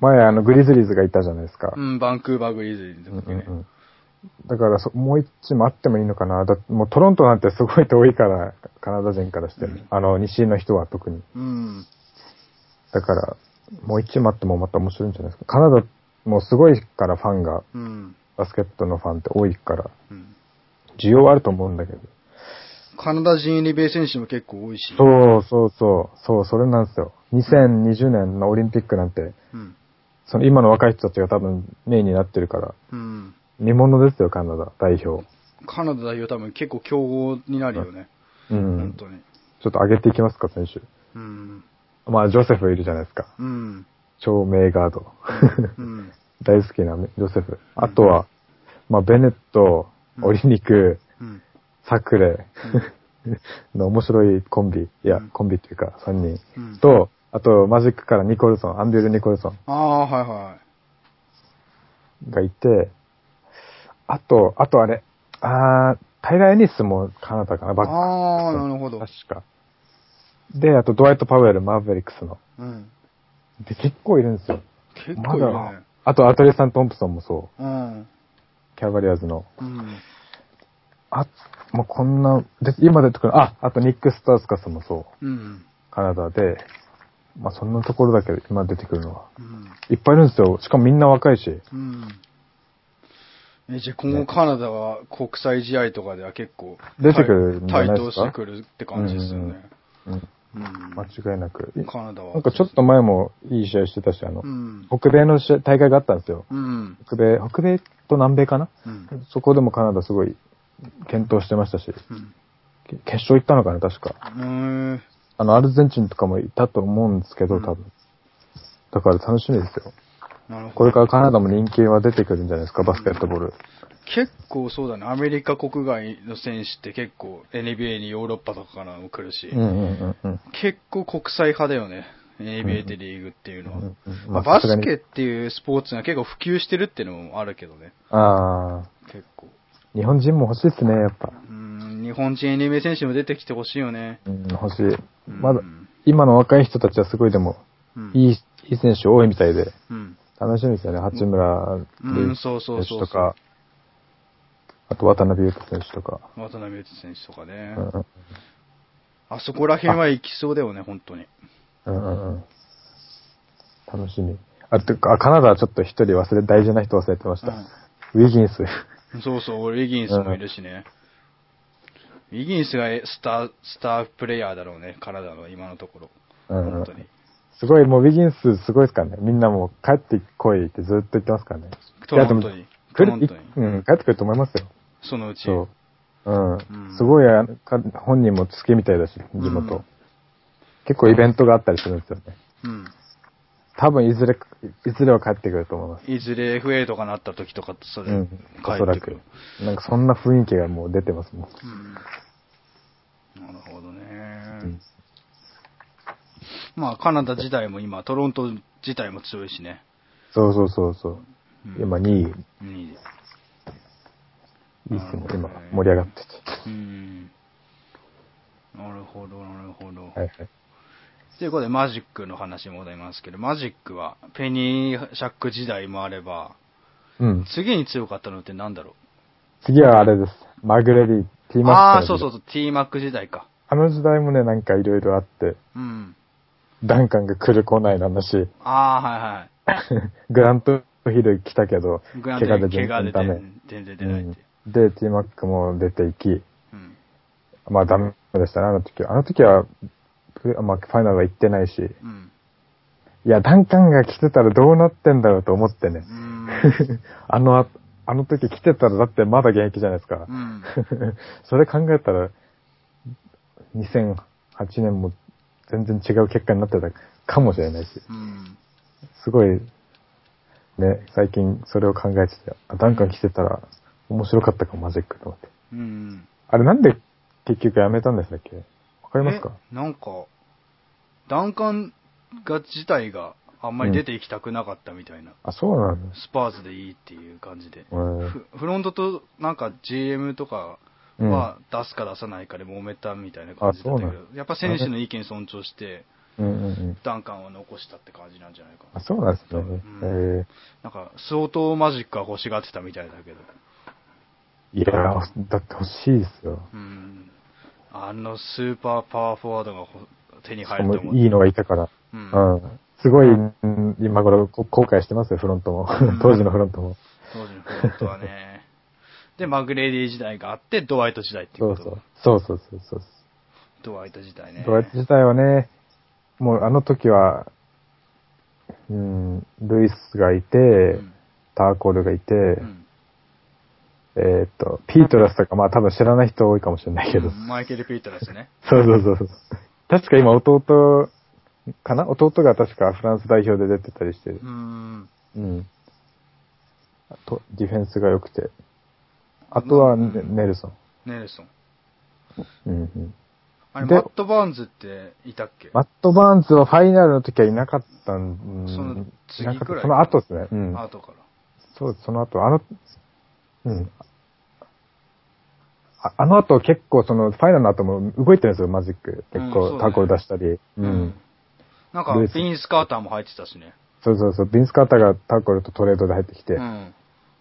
Speaker 2: 前、あの、グリズリーズがいたじゃないですか
Speaker 1: ー。う。ん、バンクーバーグリズリーズ
Speaker 2: うんう
Speaker 1: の時ね。
Speaker 2: んうんだからそ、もう一チームあってもいいのかな。だもうトロントなんてすごい遠いから、カナダ人からして、
Speaker 1: うん
Speaker 2: あの、西の人は特に。
Speaker 1: うん。
Speaker 2: だから、もう一チームあってもまた面白いんじゃないですか。カナダもすごいからファンが、
Speaker 1: うん。
Speaker 2: バスケットのファンって多いから、
Speaker 1: うん
Speaker 2: 需要はあると思うんだけど。
Speaker 1: カナダ人入り米選手も結構多いし。
Speaker 2: そうそうそう、そう、それなんですよ。2020年のオリンピックなんて、
Speaker 1: うん。
Speaker 2: その今の若い人たちが多分メインになってるから、
Speaker 1: うん。
Speaker 2: 見物ですよ、カナダ代表。
Speaker 1: カナダ代表多分結構強豪になるよね。
Speaker 2: う
Speaker 1: 本
Speaker 2: ん。ち
Speaker 1: 当に。
Speaker 2: ょっと上げていきますか、選手。
Speaker 1: うん。
Speaker 2: まあ、ジョセフいるじゃないですか。
Speaker 1: うん。
Speaker 2: 超名ガード。
Speaker 1: うん。
Speaker 2: 大好きなジョセフ。あとは、まあ、ベネット、
Speaker 1: うん
Speaker 2: オリニク、
Speaker 1: うん。
Speaker 2: サクレ、 の面白いコンビ、いや、
Speaker 1: うん
Speaker 2: コンビっていうか、3人。
Speaker 1: うん
Speaker 2: と、あと、マジックからニコルソン、アンデル・ニコルソン
Speaker 1: ああ、はいは
Speaker 2: がいて、あと、あとあれ、あー、タイラー・エニスもカナダかな、
Speaker 1: い。
Speaker 2: バック
Speaker 1: ああ、なるほど。
Speaker 2: 確か。で、あと、ドワイト・パウエル、マーヴェリックスの。
Speaker 1: うん。
Speaker 2: で、結構いるんですよ。
Speaker 1: 結
Speaker 2: ま
Speaker 1: 構いる
Speaker 2: だ
Speaker 1: ね。、
Speaker 2: あと、アトレサン・トンプソンもそう。
Speaker 1: うん。
Speaker 2: キャバリアーズの。
Speaker 1: うん。
Speaker 2: あ、もうこんな、で今出てくる、あ、あとニック・スタースカスもそう、
Speaker 1: うん。
Speaker 2: カナダで、まあそんなところだけど、今出てくるのは。
Speaker 1: うん。
Speaker 2: いっぱいいるんですよ。しかもみんな若いし。
Speaker 1: うん。え、じゃあ今後カナダは国際試合とかでは結構
Speaker 2: 出てくるんじゃ
Speaker 1: 台
Speaker 2: ない
Speaker 1: 頭
Speaker 2: です
Speaker 1: し
Speaker 2: か
Speaker 1: てくるって感じですよね。
Speaker 2: うん、
Speaker 1: うん。
Speaker 2: 間違いなく。い
Speaker 1: カナダは。
Speaker 2: なんかちょっと前もいい試合してたし、あの
Speaker 1: う、ん。
Speaker 2: 北米の試合大会があったんですよ。
Speaker 1: うん。
Speaker 2: 北米、北米と南米かな
Speaker 1: うん。
Speaker 2: そこでもカナダすごい検討してましたし、
Speaker 1: うん。
Speaker 2: け決勝行ったのかな、確か。
Speaker 1: うん。
Speaker 2: あの、アルゼンチンとかもいたと思うんですけど、多
Speaker 1: う
Speaker 2: 分。だから楽しみですよ。
Speaker 1: なるほ
Speaker 2: こ
Speaker 1: ど。
Speaker 2: れからカナダも人気は出てくるんじゃないですか、バスケットボール。
Speaker 1: 結構そうだね。アメリカ国外の選手って結構 NBA にヨーロッパとかからも来るし、
Speaker 2: うんうんうんうん。
Speaker 1: 結構国際派だよね。NBA ってリーグっていうのは。
Speaker 2: うんうんうん
Speaker 1: まあ
Speaker 2: まあ
Speaker 1: バ
Speaker 2: さすが
Speaker 1: ス
Speaker 2: に
Speaker 1: ケっていうスポーツが結構普及してるっていうのもあるけどね。
Speaker 2: ああ、
Speaker 1: 結構。
Speaker 2: 日本人も欲しいですね、やっぱ。
Speaker 1: うん、日本人 NBA 選手も出てきてほしいよね。
Speaker 2: うん、欲しい。
Speaker 1: うん
Speaker 2: まだ、今の若い人たちはすごいでも、
Speaker 1: うん、
Speaker 2: いい、いい選手多いみたいで、
Speaker 1: うん。
Speaker 2: 楽しみですよね。八村
Speaker 1: うん
Speaker 2: 塁
Speaker 1: そうそ
Speaker 2: 選
Speaker 1: うそう
Speaker 2: 手
Speaker 1: そう
Speaker 2: とか、あと渡辺裕太選手とか。
Speaker 1: 渡辺悦選手とか
Speaker 2: う
Speaker 1: ね。
Speaker 2: んうん
Speaker 1: あそこら辺は行きそうだよね、本当に。
Speaker 2: うんうんうん。楽しみ。あ、てか、あカナダはちょっと一人忘れ、大事な人忘れてました。ウィギンス。
Speaker 1: そうそう、俺、ウィギンスもいるしね。ウィギンスがえスター、スタープレイヤーだろうね、カナダの今のところ。
Speaker 2: うんうん
Speaker 1: 本当に。
Speaker 2: すごい、もうウィギンスすごいですからね。みんなもう帰ってこいってずっと言ってますからね。
Speaker 1: トロントに
Speaker 2: いやでも
Speaker 1: トロン
Speaker 2: 来
Speaker 1: トに
Speaker 2: る、うん、帰ってくると思いますよ。
Speaker 1: そのうち。
Speaker 2: そう。うん。
Speaker 1: うん
Speaker 2: すごいあのか本人も好きみたいだし、地元、
Speaker 1: うん
Speaker 2: 結構イベントがあったりするんですよね。
Speaker 1: うん。
Speaker 2: 多分いずれ、いずれは帰ってくると思います。
Speaker 1: いずれ FA とかなった時とかってそうれ、
Speaker 2: ん。お
Speaker 1: 帰
Speaker 2: そ
Speaker 1: っ
Speaker 2: ら
Speaker 1: てく
Speaker 2: く
Speaker 1: る。。
Speaker 2: なんかそんな雰囲気がもう出てますもん。
Speaker 1: うんなるほどね。
Speaker 2: うん
Speaker 1: まあ、カナダ自体も今、トロント自体も強いしね。
Speaker 2: そうそうそうそう。
Speaker 1: うん
Speaker 2: 今2位、いいっ
Speaker 1: いいね
Speaker 2: すね
Speaker 1: う。ん
Speaker 2: 今、盛り上がって
Speaker 1: うん。なるほど、なるほど。
Speaker 2: て。はいはい。
Speaker 1: ということで、マジックの話に戻りますけど、マジックは、ペニーシャック時代もあれば、
Speaker 2: うん。
Speaker 1: 次に強かったのってなんだろ
Speaker 2: 次はあれです。マグレリー、ティー
Speaker 1: う
Speaker 2: マ
Speaker 1: ああ
Speaker 2: ッ
Speaker 1: ー、
Speaker 2: ク
Speaker 1: そうそうそう、T マック時代か。
Speaker 2: あの時代もね、なんかいろいろあって、
Speaker 1: うん。
Speaker 2: ダンカンが来る来ないの話、
Speaker 1: ああ、はいは
Speaker 2: グラントヒル来たけど
Speaker 1: い。、グラン
Speaker 2: 怪
Speaker 1: ド
Speaker 2: 我で
Speaker 1: 怪
Speaker 2: 全
Speaker 1: 我
Speaker 2: 然
Speaker 1: で
Speaker 2: ダメ。
Speaker 1: 全然出ないって。
Speaker 2: うんで、ティーマックも出ていき、
Speaker 1: うん。
Speaker 2: まあダメでしたね、あの時は。あの時は、ふまあファイナルは行ってないし、
Speaker 1: うん。
Speaker 2: いや、ダンカンが来てたらどうなってんだろうと思ってね
Speaker 1: う。ん。
Speaker 2: あのあ、あの時来てたらだ ってまだ現役じゃないですか
Speaker 1: う。ん。
Speaker 2: それ考えたら、2008 8年も全然違う結果になってたかもしれないし、
Speaker 1: うん。
Speaker 2: すごい、ね、最近それを考えてて、あ、ダンカン来てたら面白かったかも、マジックと思って。
Speaker 1: うん。
Speaker 2: あれなんで結局やめたんでしたっけわかりますか
Speaker 1: えなんか、弾丸が自体があんまり出ていきたくなかったみたいな。
Speaker 2: あ、そうなんです。
Speaker 1: スパーズでいいっていう感じで。
Speaker 2: うん
Speaker 1: フフロントとなんか GM とか
Speaker 2: うん
Speaker 1: は出すか出さないかで揉めたみたいな感じだった
Speaker 2: あ
Speaker 1: け
Speaker 2: そう
Speaker 1: ど
Speaker 2: な、
Speaker 1: やっぱ選手の意見尊重して、
Speaker 2: うんうんうん。
Speaker 1: ダンカンを残したって感じなんじゃないか
Speaker 2: あ、そうなんですね。
Speaker 1: うん
Speaker 2: え
Speaker 1: なんか、相当マジックは欲しがってたみたいだけど。
Speaker 2: ーいやー、だって欲しいですよ。
Speaker 1: うん。あのスーパーパワーフォワードがほ手に
Speaker 2: し
Speaker 1: 入
Speaker 2: か
Speaker 1: ると
Speaker 2: も
Speaker 1: 思う。
Speaker 2: いいのがいたから。
Speaker 1: う。
Speaker 2: うんん。すごい、うん今頃こ後悔してますよ、フロントも
Speaker 1: うん。
Speaker 2: 当時のフロントも。
Speaker 1: 当時のフロントは ね。で、マグレーディ時代があって、ドワイト時代ってい
Speaker 2: そうう
Speaker 1: こと。
Speaker 2: そう。そうそうそうそう。
Speaker 1: ドワイト時代ね。
Speaker 2: ドライト自体はね、もうあの時は、うん、ルイスがいて、
Speaker 1: うん
Speaker 2: ターコールがいて、
Speaker 1: うん
Speaker 2: えーっと、ピートラスとか、まあ多分知らない人多いかもしれないけど、
Speaker 1: うんマイケル・ピートラスね。
Speaker 2: そうそうそうそう。確か今弟、かな弟が確かフランス代表で出てたりしてる
Speaker 1: う。ん。
Speaker 2: うん。あと、ディフェンスが良くて。あとはね、ネルソン。
Speaker 1: ネルソン。
Speaker 2: うんうん。
Speaker 1: あれ、
Speaker 2: で
Speaker 1: マット・バーンズっていたっけ
Speaker 2: マット・バーンズはファイナルの時はいなかったん、うん
Speaker 1: その次
Speaker 2: いなかった
Speaker 1: くらい
Speaker 2: その後ですね。うん。
Speaker 1: 後から。
Speaker 2: そう、その後、あの、うん。ああの後結構その、ファイナルの後も動いてるんですよ、マジック。結
Speaker 1: うんそうだ
Speaker 2: 構、
Speaker 1: ね
Speaker 2: タコを出したり。う。
Speaker 1: うんなんか、
Speaker 2: ルイ
Speaker 1: ヴ
Speaker 2: ス
Speaker 1: ィンス・カーターも入ってたしね。
Speaker 2: そうそうそう、ビンス・カーターがタコルとトレードで入ってきて
Speaker 1: う。ん。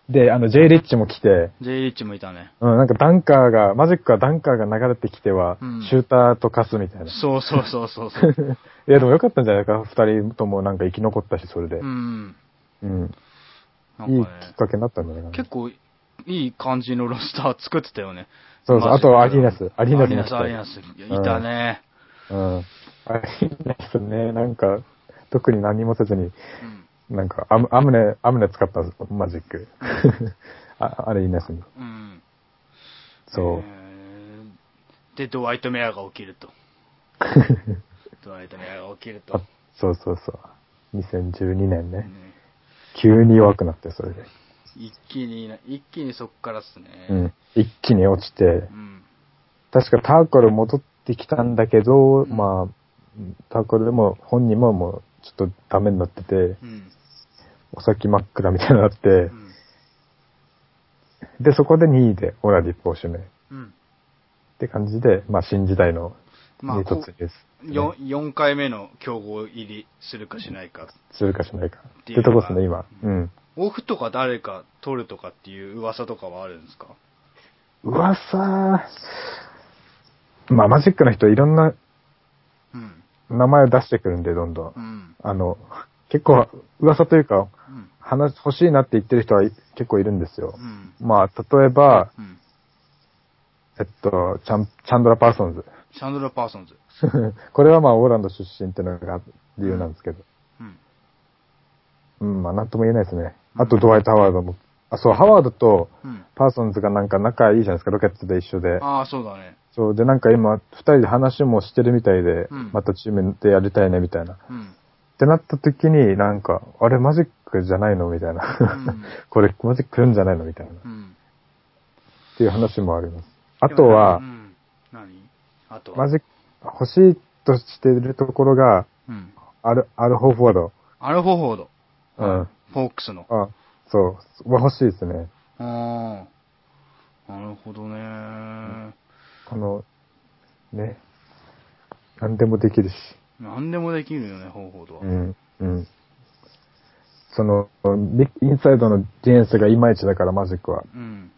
Speaker 2: で、あの、J ・リッチも来て、
Speaker 1: J リッチもいたね。
Speaker 2: うん、なんかダンカーが、マジックはダンカーが流れてきては
Speaker 1: うん、
Speaker 2: シューターとカスみたいな。
Speaker 1: そうそうそうそう そう。
Speaker 2: いや、でもよかったんじゃないか、二人ともなんか生き残ったし、それで
Speaker 1: う。ん。
Speaker 2: うん。
Speaker 1: ないん
Speaker 2: いき
Speaker 1: かね
Speaker 2: っ、かけになったんじゃないかな。
Speaker 1: 結構いい感じのロスター作ってたよね。
Speaker 2: そうそう
Speaker 1: マジック
Speaker 2: あとアリーナスアリーナスも来た
Speaker 1: アリーナス、アリーナス。いたね。
Speaker 2: うん。あれですね、なんか、特に何もせずに、なんかアム、アムネ、アムネ使ったんですよマジック。 ああれ、いいですね。
Speaker 1: うん。うん。
Speaker 2: そう。
Speaker 1: えーで、ドワイト・メアが起きる と。ドワイト・メアが起きると。
Speaker 2: あそうそうそう。2012年ね。
Speaker 1: ね
Speaker 2: 急に弱くなって、それで。
Speaker 1: 一気にな、一気にそっからっすね。
Speaker 2: うん。一気に落ちて
Speaker 1: う、ん。
Speaker 2: 確かターコル戻ってきたんだけど、まあ、ターコルでも本人ももうちょっとダメになってて、
Speaker 1: うん。
Speaker 2: お先真っ暗みたいになって
Speaker 1: う、ん。
Speaker 2: で、そこで2位でオラディップを締めっ
Speaker 1: うん。
Speaker 2: て感じで、まあ、新時代の
Speaker 1: まあ
Speaker 2: に突入です。
Speaker 1: 4, 四回目の競合入りするかしないか。
Speaker 2: するかしないか。
Speaker 1: っ
Speaker 2: って
Speaker 1: い
Speaker 2: て
Speaker 1: うのが
Speaker 2: とこですね、今。うん。
Speaker 1: オフとか誰か取るとかっていう噂とかはあるんですか
Speaker 2: 噂、まあ、マジックの人いろんな
Speaker 1: うん。
Speaker 2: 名前を出してくるんで、どんど。
Speaker 1: うんん。
Speaker 2: あの、結構、噂という
Speaker 1: う
Speaker 2: か、
Speaker 1: ん。
Speaker 2: 話、欲しいなって言ってる人はい結構いるんですよ
Speaker 1: う。ん。
Speaker 2: まあ、例えば、
Speaker 1: うん。
Speaker 2: えっと、チャン、チャンドラ・パーソンズ。
Speaker 1: シャンドラ・パーソンズ。
Speaker 2: これはまあ、オーランド出身っていうのが理由なんですけど。
Speaker 1: うん。
Speaker 2: うん、まあ、なんとも言えないですね。
Speaker 1: うん
Speaker 2: あと、ドワイト・ハワードも。あ、そう、ハワードと、
Speaker 1: うん。
Speaker 2: パーソンズがなんか仲いいじゃないですか、ロケットで一緒で。
Speaker 1: ああ、そうだね。
Speaker 2: そう、で、なんか今、二人で話もしてるみたいで、
Speaker 1: うん
Speaker 2: またチームでやりたいね、みたいな。っ
Speaker 1: うん。
Speaker 2: てなった時に、なんか、あれ、マジックじゃないのみたいな。
Speaker 1: うん
Speaker 2: これ、マジック来るんじゃないのみたいな。っ
Speaker 1: うん。
Speaker 2: ていう話もあります。あとは
Speaker 1: う、ん。何あとは。
Speaker 2: マジック、欲しいとしてるところが、
Speaker 1: うん。
Speaker 2: アル、アルホフォワード。
Speaker 1: アルフォフォード。
Speaker 2: うん。
Speaker 1: フォークスの。
Speaker 2: あ、そう。は欲しいですね。
Speaker 1: ああ。なるほどね。
Speaker 2: この、ね。何でもできるし。
Speaker 1: 何でもできるよね、フォーフォードは。
Speaker 2: うん。うん。その、リインサイドのディフェンスがいまいちだから、マジックは。
Speaker 1: うん。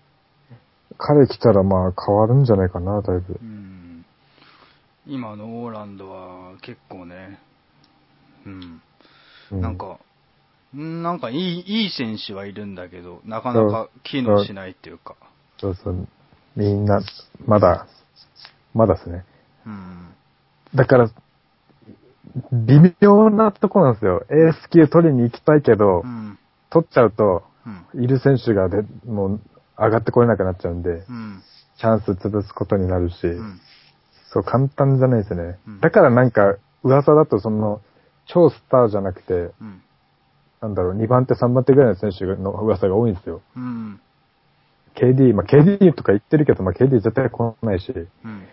Speaker 2: 彼来たらまあ変わるんじゃないかな、だいぶ
Speaker 1: う。ん。今のオーランドは結構ね、うん。
Speaker 2: う
Speaker 1: なん。か、うんなんかいい、いい選手はいるんだけど、なかなか機能しないっていうか。
Speaker 2: そうそう。みんな、まだ、まだですね。
Speaker 1: うん。
Speaker 2: だから、微妙なとこなんですよ。エース級取りに行きたいけど
Speaker 1: う、ん。
Speaker 2: 取っちゃうと、
Speaker 1: うん。
Speaker 2: いる選手がで、もう、上がってこれなくなっちゃうんで
Speaker 1: う、ん。
Speaker 2: チャンス潰すことになるし、
Speaker 1: うん。
Speaker 2: そう、簡単じゃないですね
Speaker 1: うん。
Speaker 2: だからなんか、噂だとその、超スターじゃなくて、
Speaker 1: うん。
Speaker 2: なんだろう、2番手、3番手ぐらいの選手の噂が多いんですよ。
Speaker 1: うん。
Speaker 2: KD、まあ、KD とか言ってるけど、まあ、KD 絶対来ないし、
Speaker 1: うん。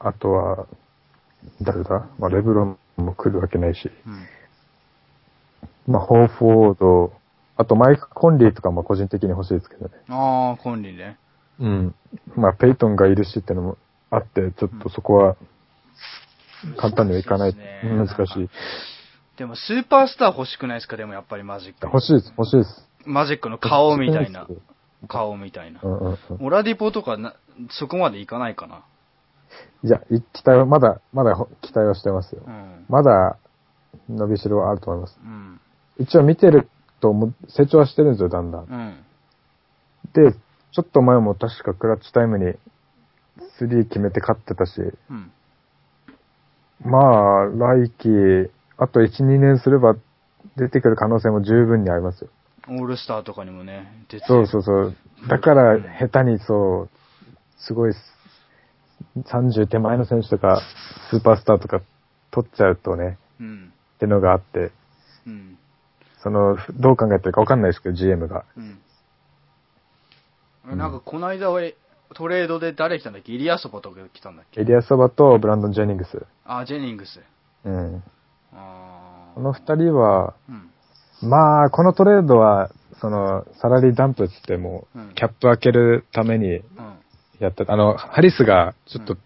Speaker 2: あとは、誰だまあ、レブロンも来るわけないし、
Speaker 1: うん。
Speaker 2: まあ、ホーフォード、あとマイク・コンリーとかも個人的に欲しいですけどね。
Speaker 1: ああ、コンリね。
Speaker 2: うん。まあ、ペイトンがいるしってのもあって、ちょっとそこは、簡単にはいかない。
Speaker 1: そうですね
Speaker 2: 難し
Speaker 1: なん
Speaker 2: い
Speaker 1: か。でも、スーパースター欲しくないですかでもやっぱりマジック。
Speaker 2: 欲しいです、欲しいです。
Speaker 1: マジックの顔みたいな。顔みたいな
Speaker 2: う。んうんうん。
Speaker 1: オラディポとかな、そこまでいかないかな。
Speaker 2: いや、い期待は、まだ、まだほ期待はしてますよ
Speaker 1: う。ん。
Speaker 2: まだ、伸びしろはあると思います。
Speaker 1: うん。
Speaker 2: 一応見てると思う、成長はしてるんですよ、だんだん。
Speaker 1: うん。
Speaker 2: で、ちょっと前も確かクラッチタイムに3決めて勝ってたし、
Speaker 1: うん。
Speaker 2: まあ、来季、あと1、2年すれば出てくる可能性も十分にありますよ。
Speaker 1: オールスターとかにもね、出て
Speaker 2: そうそうそう。だから、下手にそう、すごい、30手前の選手とか、スーパースターとか取っちゃうとね、
Speaker 1: うん。
Speaker 2: ってのがあって、
Speaker 1: うん。
Speaker 2: その、どう考えてるかわかんないですけど、GM が。
Speaker 1: うん。
Speaker 2: ん
Speaker 1: なんか、この間は、えトレードで誰来たんだっけイリアソバとか来たんだっけ
Speaker 2: エリア・ソバとブランドン・ジェニングス。
Speaker 1: あ、ジェニングス。
Speaker 2: うん。
Speaker 1: あー
Speaker 2: この二人は、
Speaker 1: うん。
Speaker 2: まあ、このトレードは、その、サラリーダンプっつっても
Speaker 1: うん、
Speaker 2: キャップ開けるために
Speaker 1: うん。
Speaker 2: やった、あの、ハリスが、ちょっ
Speaker 1: う
Speaker 2: と
Speaker 1: ん、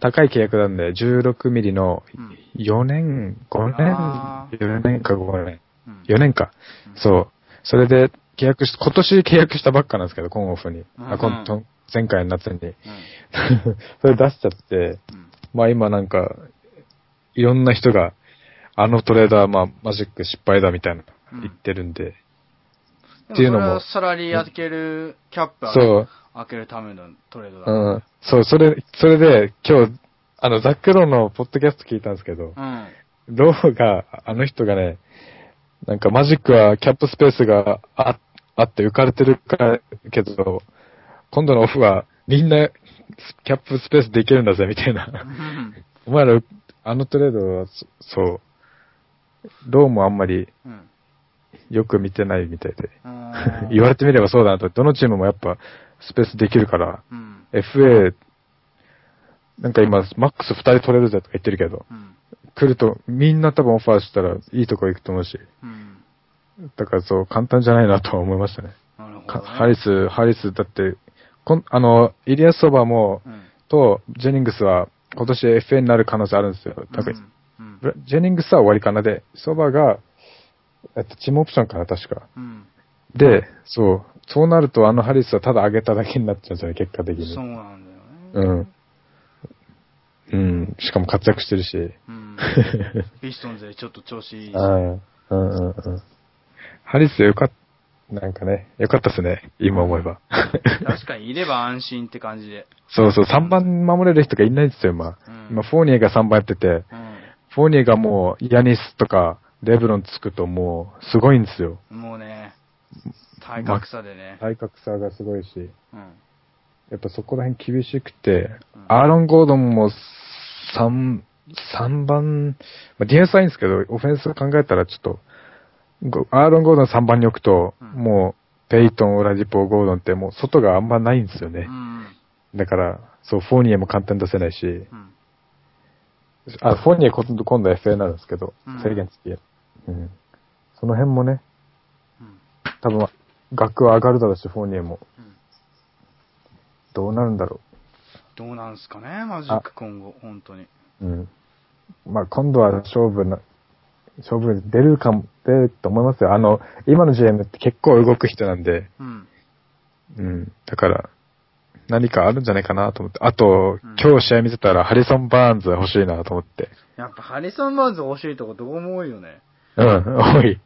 Speaker 2: 高い契約なんで、16ミリの
Speaker 1: うん
Speaker 2: 4年、5
Speaker 1: あ
Speaker 2: 年、
Speaker 1: ー
Speaker 2: 4年か5年、
Speaker 1: うん。
Speaker 2: 4年か
Speaker 1: うん。
Speaker 2: そう。それで、契約し、今年契約したばっかなんですけど、今オフに。
Speaker 1: う
Speaker 2: あ、
Speaker 1: ん
Speaker 2: 今度、前回の夏
Speaker 1: う
Speaker 2: に。
Speaker 1: ん。
Speaker 2: それ出しちゃって、
Speaker 1: うん。
Speaker 2: まあ今なんか、いろんな人が、あのトレーダーまあマジック失敗だみたいな
Speaker 1: うん
Speaker 2: 言ってるんで、
Speaker 1: で
Speaker 2: っていうのも
Speaker 1: それはサラリー開ける、キャップ
Speaker 2: そう
Speaker 1: 開けるためのトレードだ
Speaker 2: う
Speaker 1: から。
Speaker 2: ん。そう、それ、それで今日、あの、ザックローのポッドキャスト聞いたんですけど、
Speaker 1: うん。
Speaker 2: ローが、あの人がね、なんかマジックはキャップスペースがああって浮かれてるからけど、今度のオフはみんなキャップスペースできるんだぜみたいな。お前ら、あのトレードは、そそう、ローもあんまり
Speaker 1: うん。
Speaker 2: よく見てないみたいで。
Speaker 1: うん。
Speaker 2: 言われてみればそうだなと。どのチームもやっぱスペースできるから、
Speaker 1: うん。
Speaker 2: FA、なんか今、マックス2人取れるぜとか言ってるけど、
Speaker 1: うん。
Speaker 2: 来るとみんな多分オファーしたらいいとこ行くと思うし、
Speaker 1: うん。
Speaker 2: だからそう、簡単じゃないなとは思いましたね。
Speaker 1: なるほ
Speaker 2: か
Speaker 1: ど、ね。
Speaker 2: ハリス、ハリス、だって、こんあの、イリア・ソバも、
Speaker 1: うん。
Speaker 2: と、ジェニングスは、今年 FA になる可能性あるんですよ。多分、
Speaker 1: うん。
Speaker 2: ブラジェニングスは終わりかなで、ソバが、えっと、チームオプションかな、確か。
Speaker 1: うん。
Speaker 2: で、そう、そうなるとあのハリスはただ上げただけになっちゃうんですよね、結果的に。
Speaker 1: そう
Speaker 2: う
Speaker 1: なんだよね。
Speaker 2: ん。うん、しかも活躍してるし。
Speaker 1: うん。ピストンズでちょっと調子いいし。
Speaker 2: うん、うん、うんうん。ハリスよかった、なんかね、よかったっすね、今思え ば。
Speaker 1: 確かにいれば安心って感じで。
Speaker 2: そうそう、3番守れる人がいないんですよ、今。
Speaker 1: うん
Speaker 2: 今、フォーニエが3番やってて、
Speaker 1: う
Speaker 2: フォーニエがもう、ヤニスとか、レブロンつくともう、すごいんですよ。
Speaker 1: ん。もうね、体格差でね。
Speaker 2: 体格差がすごいし、
Speaker 1: うん。
Speaker 2: やっぱそこら辺厳しくて
Speaker 1: うん、
Speaker 2: アーロン・ゴードンも3、3番、まあ、ディフェンスはいいんですけど、オフェンス考えたらちょっと、ごアーロン・ゴードン3番に置くと、
Speaker 1: うん
Speaker 2: もう、ペイトン、オラジポ、ゴードンってもう外があんまないんですよ
Speaker 1: う
Speaker 2: ね。
Speaker 1: ん。
Speaker 2: だから、そう、フォーニエも簡単に出せないし、
Speaker 1: うん。
Speaker 2: あ、フォーニエ今度今度は FA になるんですけど
Speaker 1: うん、
Speaker 2: 制限付き。うん。その辺もね、
Speaker 1: うん。
Speaker 2: 多分、額は上がるだろうし、フォーニエも。
Speaker 1: うん
Speaker 2: どうなるんだろ
Speaker 1: どうなんすかね、マジック今後、本当に。
Speaker 2: う。うん。まあ、今度は勝負な、勝負出るかも、出ると思いますよ。あの、今の GM って結構動く人なんで、
Speaker 1: うん。
Speaker 2: うん。だから、何かあるんじゃないかなと思って。あと
Speaker 1: うん、
Speaker 2: 今日試合見てたら、ハリソン・バーンズ欲しいなと思って。
Speaker 1: やっぱハリソン・バーンズ欲しいとこどこも多いよね。
Speaker 2: うん、 多い。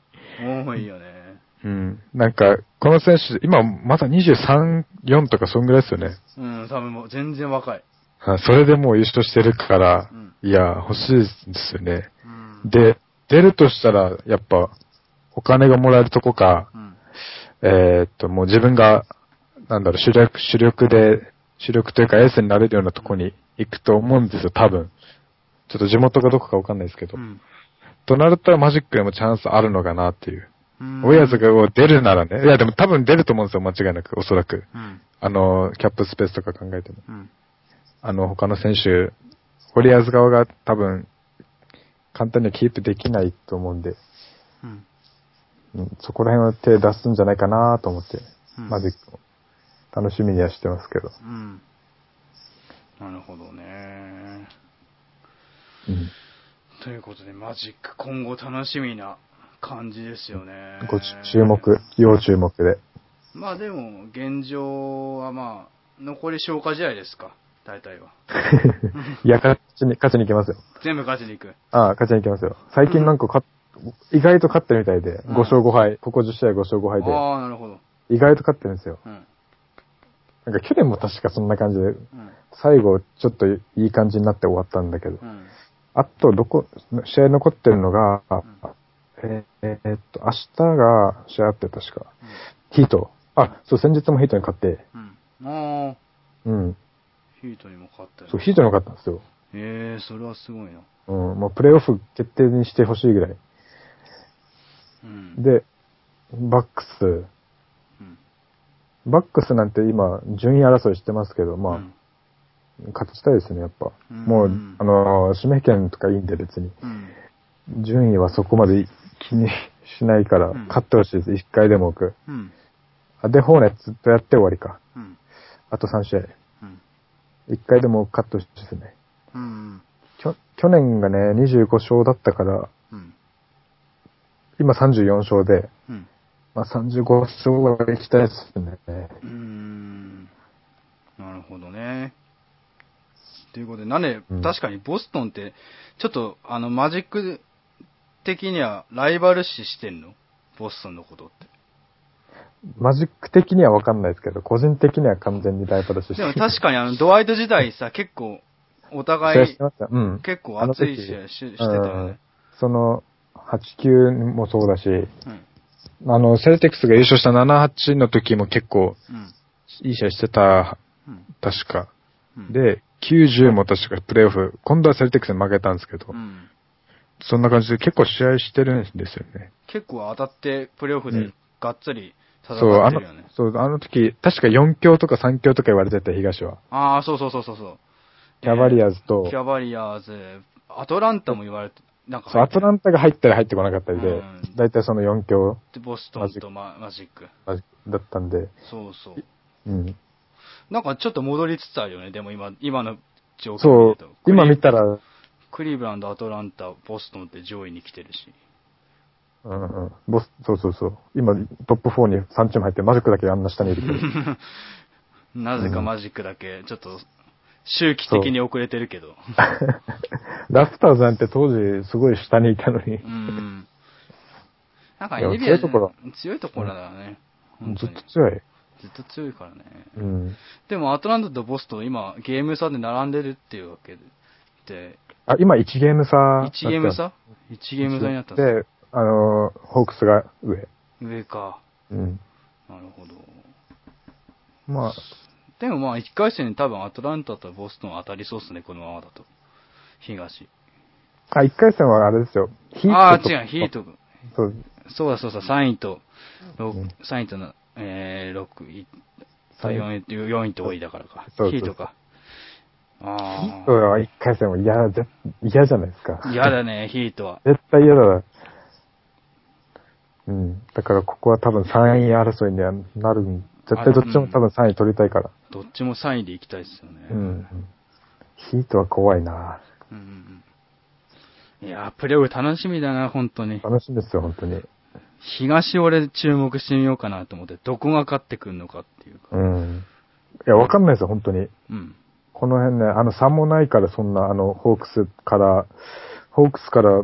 Speaker 1: 多いよね。
Speaker 2: うん。なんか、この選手、今まだ23、4とかそんぐらいですよね。
Speaker 1: うん、多分もう全然若い。
Speaker 2: あそれでもう優勝してるから
Speaker 1: うん、
Speaker 2: いや、欲しいですよね。
Speaker 1: うん。
Speaker 2: で、出るとしたら、やっぱ、お金がもらえるとこか
Speaker 1: う、ん。
Speaker 2: えーっと、もう自分が、なんだろう、主力、主力で主力というかエースになれるようなとこに行くと思うんですよ、多分。ちょっと地元がどこかわかんないですけど。
Speaker 1: うん。
Speaker 2: となるとマジックでもチャンスあるのかなっていう。
Speaker 1: うん
Speaker 2: ウェアーズが出るならね。いや、でも多分出ると思うんですよ、間違いなく、おそらく。
Speaker 1: うん。
Speaker 2: あの、キャップスペースとか考えても。
Speaker 1: うん。
Speaker 2: あの、他の選手、ウォリアーズ側が多分、簡単にはキープできないと思うんで、
Speaker 1: うん。
Speaker 2: うんそこら辺は手出すんじゃないかなと思って、
Speaker 1: うん
Speaker 2: マジックを楽しみにはしてますけど。
Speaker 1: うん。なるほどね。
Speaker 2: うん
Speaker 1: ということで、マジック、今後楽しみな感じですよね。
Speaker 2: ご注注目、要注目 で。
Speaker 1: まあでも、現状はまあ、残り消化試合ですか、大体は。
Speaker 2: いや、勝ちに、勝ちに行きますよ。
Speaker 1: 全部勝ちに行く。
Speaker 2: ああ、勝ちに行きますよ。最近なんか勝っ、意外と勝ってるみたいで、
Speaker 1: うん
Speaker 2: 5勝5敗、ここ10試合5勝5敗で、
Speaker 1: ああ、なるほど。
Speaker 2: 意外と勝ってるんですよ。
Speaker 1: うん。
Speaker 2: なんか去年も確かそんな感じで、
Speaker 1: うん。
Speaker 2: 最後ちょっといい感じになって終わったんだけど
Speaker 1: う。ん。
Speaker 2: あと、どこ、試合残ってるのが、えーえーっと、明日が試合あって確か、ヒート。あ、そう、先日もヒートに勝って、
Speaker 1: うん。うん。ああ、
Speaker 2: うん。
Speaker 1: ヒートにも勝ったよ。
Speaker 2: そう、ヒートに勝ったんですよ。
Speaker 1: ええそれはすごいな。
Speaker 2: うん、もうプレイオフ決定にしてほしいぐらい。
Speaker 1: うん。
Speaker 2: で、バックス。
Speaker 1: うん、
Speaker 2: バックスなんて今、順位争いしてますけど、まあ、
Speaker 1: うん
Speaker 2: 勝ちたいですね、やっぱ。
Speaker 1: うん
Speaker 2: もう、あのー、指名権とかいいんで別に。
Speaker 1: うん。
Speaker 2: 順位はそこまで気にしないから、
Speaker 1: うん
Speaker 2: 勝ってほしいです。一回でも多く。
Speaker 1: うん。
Speaker 2: あで、ホーネッツとやって終わりか。
Speaker 1: うん。
Speaker 2: あと3試合。
Speaker 1: うん。
Speaker 2: 一回でも勝ってほしいですね。
Speaker 1: うん。
Speaker 2: きょ去年がね、25勝だったから、
Speaker 1: うん。
Speaker 2: 今34勝で、
Speaker 1: うん。
Speaker 2: まあ、35勝はいきたいですね。
Speaker 1: うーんなるほどね。ということで、なんで、
Speaker 2: うん
Speaker 1: 確かにボストンって、ちょっと、あの、マジック的にはライバル視してんのボストンのことって。
Speaker 2: マジック的には分かんないですけど、個人的には完全にライバル視して
Speaker 1: でも確かにあ の、ドワイト自体さ、結構、お
Speaker 2: 試合
Speaker 1: 互い
Speaker 2: して、ました。 うん。
Speaker 1: 結構熱い試合ししてたよ
Speaker 2: うん
Speaker 1: ね。
Speaker 2: その、8-9もそうだし、
Speaker 1: うん。
Speaker 2: あの、セルテックスが優勝した7-8の時も結構
Speaker 1: うん。
Speaker 2: いい試合してた、
Speaker 1: うん。
Speaker 2: 確か。
Speaker 1: うん、
Speaker 2: で、90も確かプレイオフ、今度はセルテックスに負けたんですけど、
Speaker 1: うん。
Speaker 2: そんな感じで結構試合してるんですよね。
Speaker 1: 結構当たって、プレーオフ
Speaker 2: う
Speaker 1: で
Speaker 2: ん
Speaker 1: がっつり戦
Speaker 2: そう、あ
Speaker 1: って
Speaker 2: の
Speaker 1: るよね。、
Speaker 2: そう、あの時、確か4強とか3強とか言われてた東は。
Speaker 1: ああ、そうそうそうそうそう。
Speaker 2: キャバリアーズと、
Speaker 1: キャバリアーズ、アトランタも言われて、なんか
Speaker 2: そう、
Speaker 1: 入っ
Speaker 2: ア
Speaker 1: て
Speaker 2: ト
Speaker 1: る、
Speaker 2: ランタが入ったり入ってこなかったり
Speaker 1: う
Speaker 2: で
Speaker 1: ん、
Speaker 2: だいたいその4強
Speaker 1: ボストンとママジック。
Speaker 2: だったんで、
Speaker 1: そうそう。
Speaker 2: うん。
Speaker 1: なんかちょっと戻りつつあるよね、でも今、今の状況
Speaker 2: そ
Speaker 1: 見
Speaker 2: う
Speaker 1: ると、
Speaker 2: 今
Speaker 1: クリ
Speaker 2: 見たら、うん
Speaker 1: クリーブランド、アトランタ、ボストンって上位に来てるし。
Speaker 2: うん、ボス、そうそうそう。今、トップ4に3チーム入って、マジックだけあんな下にいるけど。
Speaker 1: なぜかマジックだけ、ちょっと、周期的に遅れてるけど。
Speaker 2: ラプターズなんて当時すごい下にいたのに
Speaker 1: う、ん。なんか
Speaker 2: いや
Speaker 1: NBA
Speaker 2: 強いところ
Speaker 1: 強いところだね。本
Speaker 2: ず
Speaker 1: 当に。
Speaker 2: っと強い。
Speaker 1: ずっと強いからね。
Speaker 2: うん。
Speaker 1: でも、アトランタとボストン、今、ゲーム差で並んでるっていうわけで、
Speaker 2: あ、今1ゲーム差。
Speaker 1: 1ゲーム差 ?1 ゲーム差になったんですか
Speaker 2: で、あのー、ホークスが上。
Speaker 1: 上か。
Speaker 2: うん。
Speaker 1: なるほど。
Speaker 2: まあ、
Speaker 1: でもまあ、1回戦に多分アトランタとボストン当たりそうっすね、このままだと。東。
Speaker 2: あ、1回戦はあれですよ。ヒ
Speaker 1: ああ
Speaker 2: ートと。
Speaker 1: ー、違う、ヒート。
Speaker 2: そう、
Speaker 1: そうだそうだ、3位と、
Speaker 2: うん
Speaker 1: 3位とな、えー、6位と
Speaker 2: 三位
Speaker 1: 4位と、4位と5位だからか。
Speaker 2: そうそう
Speaker 1: ヒートか。
Speaker 2: ヒ
Speaker 1: あ
Speaker 2: ート
Speaker 1: あ。
Speaker 2: は1回戦も嫌だ、ぜ嫌じゃないですか。
Speaker 1: 嫌だね、ヒートは。
Speaker 2: 絶対嫌だ。うん。だからここは多分3位争いにはなるん。絶対どっちも多分3位取りたいから。
Speaker 1: どっちも3位で行きたいですよね。
Speaker 2: う。ん。ヒートは怖いな
Speaker 1: うんうん、いやー、プレイオフ楽しみだな、本当に。
Speaker 2: 楽しみですよ、本当に。
Speaker 1: 東俺注目してみようかなと思って、どこが勝ってくるのかっていうか。
Speaker 2: うん。いや、わかんないですよ、本当に。
Speaker 1: うん。
Speaker 2: この辺ね、あの、差もないから、そんな、あの、ホークスから、ホークスから、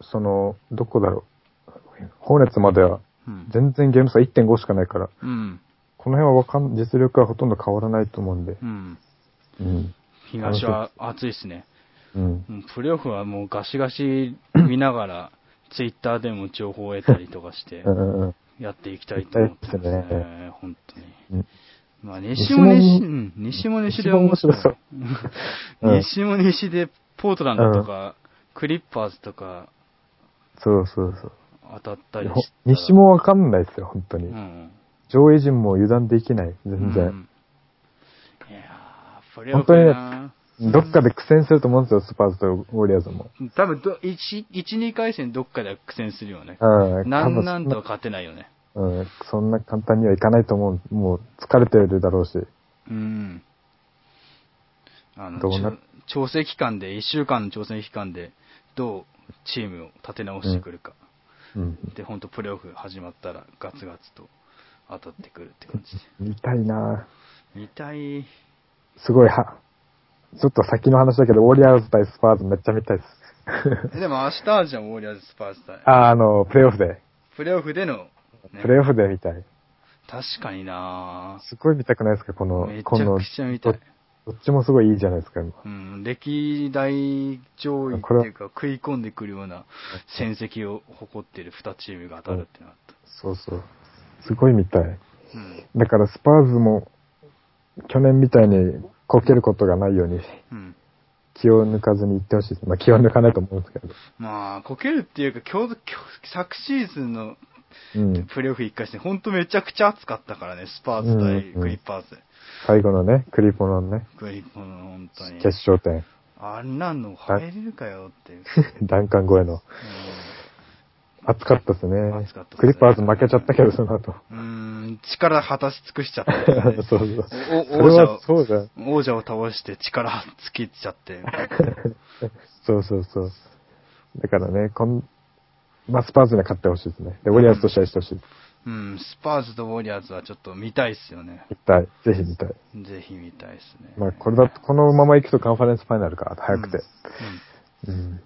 Speaker 2: その、どこだろう。ホーネッツまでは、
Speaker 1: うん。
Speaker 2: 全然ゲーム差1.5しかないから、
Speaker 1: うん。
Speaker 2: この辺はわかん、実力はほとんど変わらないと思うんで
Speaker 1: う。ん。
Speaker 2: うん。
Speaker 1: 東は熱いっすね。
Speaker 2: うん。
Speaker 1: うんプレイオフはもうガシガシ見なが ら、ツイッターでも情報を得たりとかして
Speaker 2: う、んうんうん。
Speaker 1: やっていきたいと思ってます
Speaker 2: やりたいっす
Speaker 1: ね。本当に。
Speaker 2: うん
Speaker 1: まあ、西も西、うん、西も西で面白い
Speaker 2: 西も。白い
Speaker 1: 西も西で、ポートランドとか、クリッパーズとか
Speaker 2: そうそうそう。
Speaker 1: 当たったり
Speaker 2: ほ
Speaker 1: したら
Speaker 2: 西、もわかんないですよ、本当
Speaker 1: う
Speaker 2: に。
Speaker 1: ん。
Speaker 2: 上位陣も油断できない、全
Speaker 1: う
Speaker 2: 然
Speaker 1: ん。。いやー、プレーオフやな。
Speaker 2: どっかで苦戦すると思うんですよ、スパーズとウォリアーズも。
Speaker 1: 多分ど、1、1、2回戦どっかでは苦戦するよね。
Speaker 2: うん。
Speaker 1: なんなんとは
Speaker 2: 多分
Speaker 1: 勝てないよね。
Speaker 2: そんなうん。そんな簡単にはいかないと思う。もう疲れてるだろうし。
Speaker 1: うん。あの、
Speaker 2: どうな
Speaker 1: ちょ調整期間で、1週間の調整期間で、どうチームを立て直してくるか。
Speaker 2: うん。
Speaker 1: で、ほんとプレーオフ始まったらガツガツと当たってくるって感じ
Speaker 2: 見たいな
Speaker 1: で。見たい。
Speaker 2: すごいは、ちょっと先の話だけど、ウォリアーズ対スパーズめっちゃ見たいです。
Speaker 1: えでも明日あるじゃん、ウォリアーズスパーズ対。
Speaker 2: あ、あの、プレイオフで。
Speaker 1: プレーオフでの、ね
Speaker 2: プ、レイオフで見たい。
Speaker 1: 確かにな
Speaker 2: すごい見たくないですか、この、
Speaker 1: めち
Speaker 2: この
Speaker 1: ゃくちゃ見たい
Speaker 2: ど。どっちもすごいいいじゃないですか、今。
Speaker 1: うん、歴代上位って
Speaker 2: これは
Speaker 1: いうか、食い込んでくるような戦績を誇ってる2チームが当たるってなった。
Speaker 2: そうそう。すごい見たい。
Speaker 1: うん。
Speaker 2: だからスパーズも、去年みたいにこけることがないように、
Speaker 1: うん。
Speaker 2: 気を抜かずに行ってほしいです。まあ気を抜かないと思うんですけど。
Speaker 1: まあ、こけるっていうか、今日、今日昨シーズンの
Speaker 2: うん。
Speaker 1: プレーオフ1回戦、ほんとめちゃくちゃ熱かったからね、スパーズ対クリッパーズ。
Speaker 2: 最後のね、クリポのね、
Speaker 1: クリッパーの本当に
Speaker 2: 決。勝点。
Speaker 1: あんなの入れるかよっていう。
Speaker 2: 弾丸超えの。熱かったですね。
Speaker 1: 熱かったっすね
Speaker 2: クリッパーズ負けちゃったけど、そ の後。
Speaker 1: うん、うーん力果たし尽くしちゃった、
Speaker 2: そうそう。
Speaker 1: お
Speaker 2: それは
Speaker 1: 王
Speaker 2: そうじゃん。
Speaker 1: 王者を倒して力尽きちゃって。
Speaker 2: そうそうそう。だからね、こん、まあ、スパーズには勝ってほしいですね。で、ウォリアーズと試合してほしいです。
Speaker 1: うん、スパーズとウォリアーズはちょっと見たいっすよね。
Speaker 2: 見たい。ぜひ見たい。
Speaker 1: ぜひ見たいっすね。
Speaker 2: まあ、これだと、このまま行くとカンファレンスファイナルか、早くて。
Speaker 1: うん。うん
Speaker 2: うん。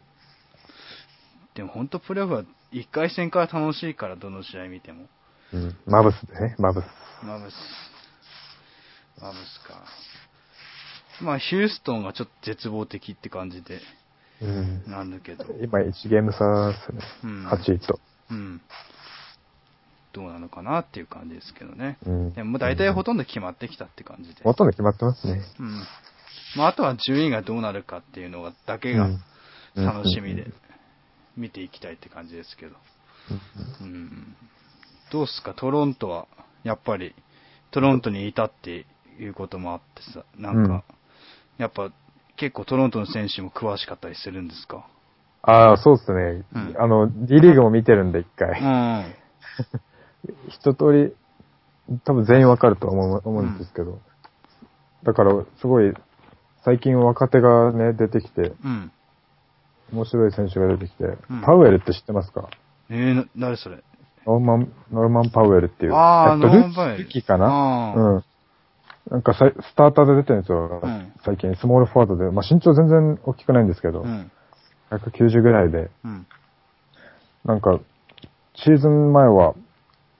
Speaker 1: でも本当プレーオフは1回戦から楽しいから、どの試合見ても。
Speaker 2: うん。マブスでね、マブス。
Speaker 1: マブス。マブスか。まあ、ヒューストンがちょっと絶望的って感じで、
Speaker 2: うん。
Speaker 1: なんだけど。
Speaker 2: 今、1ゲーム差ですね
Speaker 1: うん。
Speaker 2: 8位と。
Speaker 1: うん。どうなのかなっていう感じですけどね。
Speaker 2: うん
Speaker 1: でも大体ほとんど決まってきたって感じで。
Speaker 2: ほとんど決まってますね。
Speaker 1: うん。まあ、あとは順位がどうなるかっていうのが、だけが
Speaker 2: うん
Speaker 1: 楽しみで
Speaker 2: うん、
Speaker 1: 見ていきたいって感じですけど。うん。どうっすか、トロントは、やっぱり、トロントにいたっていうこともあってさ、なんか、やっぱ、結構トロントの選手も詳しかったりするんですか
Speaker 2: ああ、そうですね。
Speaker 1: うん
Speaker 2: あの、D リーグも見てるんで、
Speaker 1: う
Speaker 2: 一回。
Speaker 1: ん。
Speaker 2: 一通り、多分全員わかると思う思うんですけど。だから、すごい、最近若手がね、出てきて、
Speaker 1: うん。
Speaker 2: 面白い選手が出てきて、
Speaker 1: ん
Speaker 2: パウエルって知ってますか
Speaker 1: えー、な、誰それ
Speaker 2: ノーマン、ノルマン・パウエルっていう。
Speaker 1: あー
Speaker 2: えっと
Speaker 1: ノーマンパウエル
Speaker 2: ルーキーかな
Speaker 1: あー
Speaker 2: うん。なんかさい、スターターで出てるんですよ。
Speaker 1: うん
Speaker 2: 最近、スモールフォワードで。まあ、身長全然大きくないんですけど、
Speaker 1: うん。
Speaker 2: 190ぐらいで。
Speaker 1: うん。
Speaker 2: なんか、シーズン前は、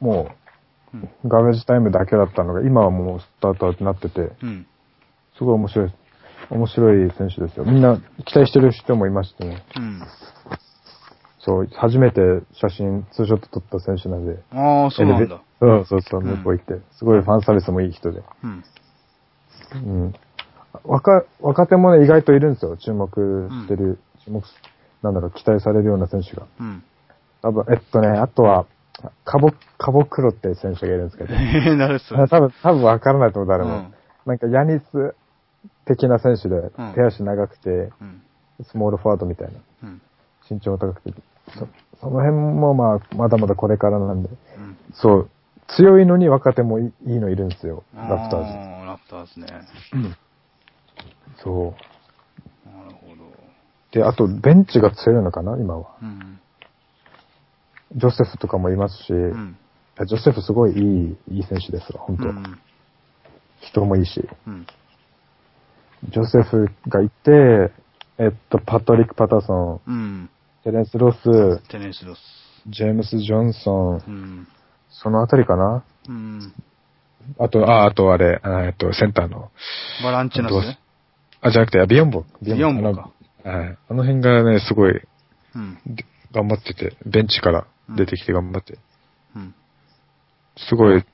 Speaker 2: も
Speaker 1: うん。
Speaker 2: う、ガレージタイムだけだったのが、今はもうスターターになってて、
Speaker 1: うん。
Speaker 2: すごい面白い、面白い選手ですよ。みんな期待してる人もいましてね。
Speaker 1: うん。
Speaker 2: そう、初めて写真、ツーショット撮った選手なんで。
Speaker 1: ああ、そうなんだ。
Speaker 2: エレベそうそうそう、
Speaker 1: うん
Speaker 2: 向こう行って。すごいファンサービスもいい人で。
Speaker 1: うん。
Speaker 2: うん。若、若手もね、意外といるんですよ。注目してる、注目、なんだろう、期待されるような選手が。
Speaker 1: うん。
Speaker 2: 多分、えっとね、あとは、カボ、カボクロっていう選手がいるんですけど。
Speaker 1: えー、誰それ
Speaker 2: あ多分、多分分からないと思う、誰も。
Speaker 1: うん
Speaker 2: なんか、ヤニス的な選手で、
Speaker 1: ん
Speaker 2: 手足長くて、
Speaker 1: うん。
Speaker 2: スモールフォワードみたいな。
Speaker 1: うん。
Speaker 2: 身長高くて。そその辺も、まあ、まだまだこれからなんで。
Speaker 1: うん。
Speaker 2: そう。強いのに若手もいいいいのいるんですよ。ラプタ
Speaker 1: あ
Speaker 2: ー
Speaker 1: ーラプターズね。
Speaker 2: ズ。そう。
Speaker 1: なるほど。
Speaker 2: で、あと、ベンチが強いのかな、今は。
Speaker 1: うん。
Speaker 2: ジョセフとかもいますし、
Speaker 1: うん。
Speaker 2: ジョセフすごいいい、いい選手ですわ、本当、
Speaker 1: うん。
Speaker 2: 人もいいし。
Speaker 1: うん。
Speaker 2: ジョセフがいて、えっと、パトリック・パターソ
Speaker 1: う
Speaker 2: ン、
Speaker 1: ん。
Speaker 2: テレンス・ロス、
Speaker 1: テネスロス。
Speaker 2: ジェームス・ジョンソン
Speaker 1: う、ん。
Speaker 2: そのあたりかな
Speaker 1: うん。
Speaker 2: あと、あ、あとあれ、あえっと、センターの。
Speaker 1: バランチュナスね。
Speaker 2: あ、じゃなくて、あビヨンボ。
Speaker 1: ビヨンボか。
Speaker 2: あのはい。あの辺がね、すごい、
Speaker 1: うん。
Speaker 2: で頑張ってて、ベンチから出てきて頑張って。
Speaker 1: うん。
Speaker 2: すごい、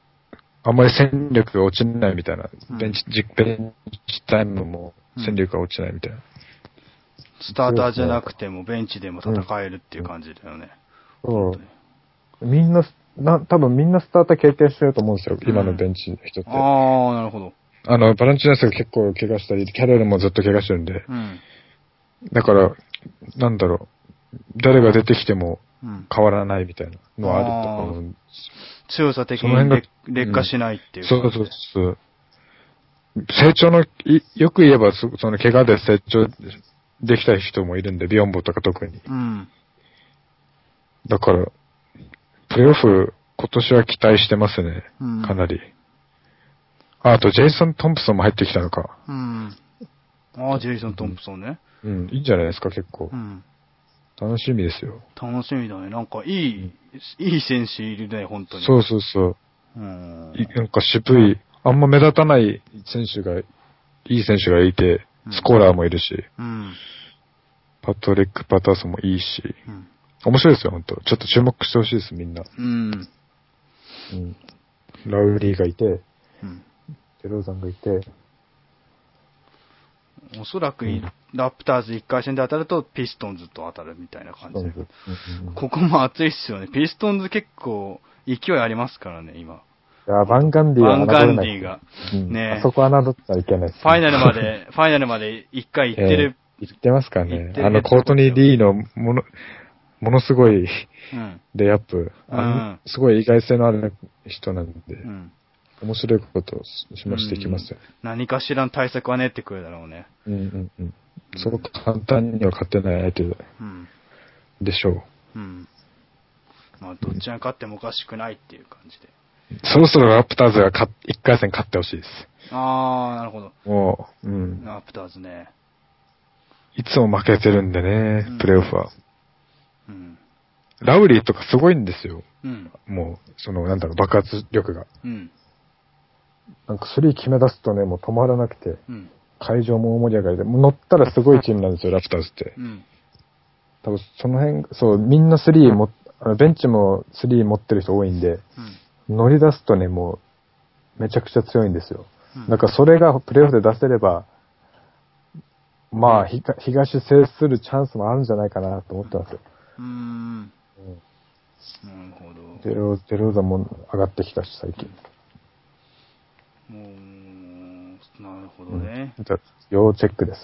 Speaker 2: あんまり戦力が落ちないみたいな
Speaker 1: うん。
Speaker 2: ベンチ、実ベンチタイムも戦力が落ちないみたいな。
Speaker 1: スターターじゃなくてもベンチでも戦えるっていう感じだよね。
Speaker 2: そう。みんな、な、多分みんなスターター経験してると思うんですよ、今のベンチの人って。あ
Speaker 1: ああ、なるほど。
Speaker 2: の、バランチューナスが結構怪我したり、キャロルもずっと怪我してるんで。
Speaker 1: うん。
Speaker 2: だから、なんだろう、誰が出てきても
Speaker 1: うん、
Speaker 2: 変わらないみたいなのはあると思うんです
Speaker 1: 強さ的に
Speaker 2: その辺
Speaker 1: 劣
Speaker 2: が
Speaker 1: 劣化しないっていう
Speaker 2: そ
Speaker 1: 感
Speaker 2: う
Speaker 1: じ
Speaker 2: そ
Speaker 1: で。
Speaker 2: うそう。成長の、いよく言えばそ、その怪我で成長できた人もいるんで、ビヨンボとか特に。
Speaker 1: うん。
Speaker 2: だから、プレイオフ、今年は期待してますね。
Speaker 1: うん
Speaker 2: かなり。あ、あと、ジェイソン・トンプソンも入ってきたのか。
Speaker 1: うん。ああ、ジェイソン・トンプソンね。
Speaker 2: うん、いいんじゃないですか、結構
Speaker 1: う。ん。
Speaker 2: 楽しみですよ。
Speaker 1: 楽しみだね。なんか、いい、いい選手いるね、本当に。。
Speaker 2: そううそうそう。
Speaker 1: うん。
Speaker 2: いなんか渋い、あんま目立たない選手が、いい選手がいて
Speaker 1: うん、
Speaker 2: スコーラーもいるし、
Speaker 1: うん。
Speaker 2: パトリック・パターソンもいいし、
Speaker 1: うん
Speaker 2: 面白いですよ、本当ちょっと注目してほしいです、みんな。
Speaker 1: うん。
Speaker 2: うん。ラウリーがいて、
Speaker 1: うん。
Speaker 2: デローザンがいて、
Speaker 1: おそらくい、
Speaker 2: うん
Speaker 1: ラプターズ1回戦で当たると、ピストンズと当たるみたいな感じ
Speaker 2: う
Speaker 1: で
Speaker 2: ん。うん
Speaker 1: ここも熱いっすよね。ピストンズ結構、勢いありますからね、今。
Speaker 2: いや、バンガンディ
Speaker 1: バ
Speaker 2: は
Speaker 1: ン
Speaker 2: 侮
Speaker 1: ガ
Speaker 2: れ
Speaker 1: ンデ
Speaker 2: ない
Speaker 1: ィが。
Speaker 2: うん
Speaker 1: ねえ
Speaker 2: あそこは侮ってはいけないです。
Speaker 1: ファイナルま で、ファイナルまで1回行ってる。
Speaker 2: ええ行ってますから
Speaker 1: 行っ
Speaker 2: ね
Speaker 1: て。る
Speaker 2: あの、コートニー・リーのもの、ものすご
Speaker 1: う
Speaker 2: い
Speaker 1: ん。
Speaker 2: レイアップ、あのすごい意外性のある人なんで、
Speaker 1: うん。
Speaker 2: 面白いことをしましていきますよ。
Speaker 1: 何かしらの対策は練ってくるだろうね。
Speaker 2: うんうんうん。そう簡単には勝てない相手
Speaker 1: うん。
Speaker 2: でしょ
Speaker 1: う
Speaker 2: う。
Speaker 1: ん。まあ、どっちが勝ってもおかしくないっていう感じで。
Speaker 2: そろそろラプターズが勝っ一回戦勝ってほしいです。
Speaker 1: あー、なるほど。
Speaker 2: もう、うん。
Speaker 1: ラプターズね。
Speaker 2: いつも負けてるんでね
Speaker 1: うん、
Speaker 2: プレイオフは。
Speaker 1: うん。
Speaker 2: ラウリーとかすごいんですよ。
Speaker 1: うん。
Speaker 2: もう、その、なんだろう、爆発力が。
Speaker 1: うん。
Speaker 2: なんかスリー決め出すとね、もう止まらなくて、
Speaker 1: うん。
Speaker 2: 会場も大盛り上がりで、もう乗ったらすごいチームなんですよ、ラプターズって
Speaker 1: う。ん。
Speaker 2: 多分その辺、そう、みんなスリーも、あのベンチもスリー持ってる人多いんで、
Speaker 1: うん。
Speaker 2: 乗り出すとね、もう、めちゃくちゃ強いんですよ。
Speaker 1: うん
Speaker 2: だからそれがプレイオフで出せれば、まあ、ひが東制するチャンスもあるんじゃないかなと思ってますよ。
Speaker 1: うーん。なるほど。
Speaker 2: デロデローザも上がってきたし、最近。
Speaker 1: もう、なるほどね。
Speaker 2: じゃあ要チェックです。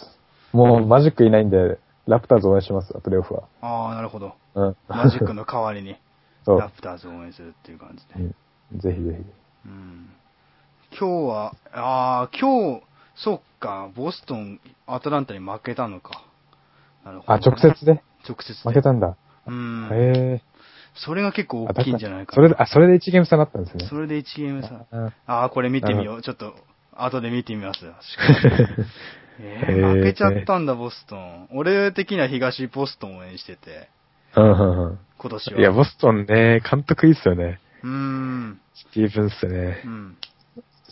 Speaker 2: もうマジックいないんで、ラプターズ応援しますわ、プレイオフは。
Speaker 1: ああ、なるほど。
Speaker 2: うん。
Speaker 1: マジックの代わりに、
Speaker 2: そう
Speaker 1: ラプターズを応援するっていう感じで。
Speaker 2: うんぜひぜ
Speaker 1: うん今日は、ああ、今日、そっか、ボストン、アトランタに負けたのか。なる
Speaker 2: ひ。
Speaker 1: ほ
Speaker 2: あ、
Speaker 1: ど
Speaker 2: 直
Speaker 1: ね、
Speaker 2: 接で
Speaker 1: 直接で
Speaker 2: 負けたんだ。
Speaker 1: うん。
Speaker 2: へえ。
Speaker 1: それが結構
Speaker 2: あ
Speaker 1: 大きいんじゃないか
Speaker 2: そ
Speaker 1: な。
Speaker 2: れで、あ、それで1ゲーム差になったんですね
Speaker 1: そ。れで1ゲーム差。
Speaker 2: あ
Speaker 1: ああ、これ見てみよう。ちょっと、後で見てみます。えー、負けちゃったんだ、ボストン。俺的には東ボストンを応援してて、
Speaker 2: うんうんうん。
Speaker 1: 今年は。
Speaker 2: いや、ボストンね、監督いいっすよね。
Speaker 1: うーん。
Speaker 2: スティーブンスね
Speaker 1: う。ん。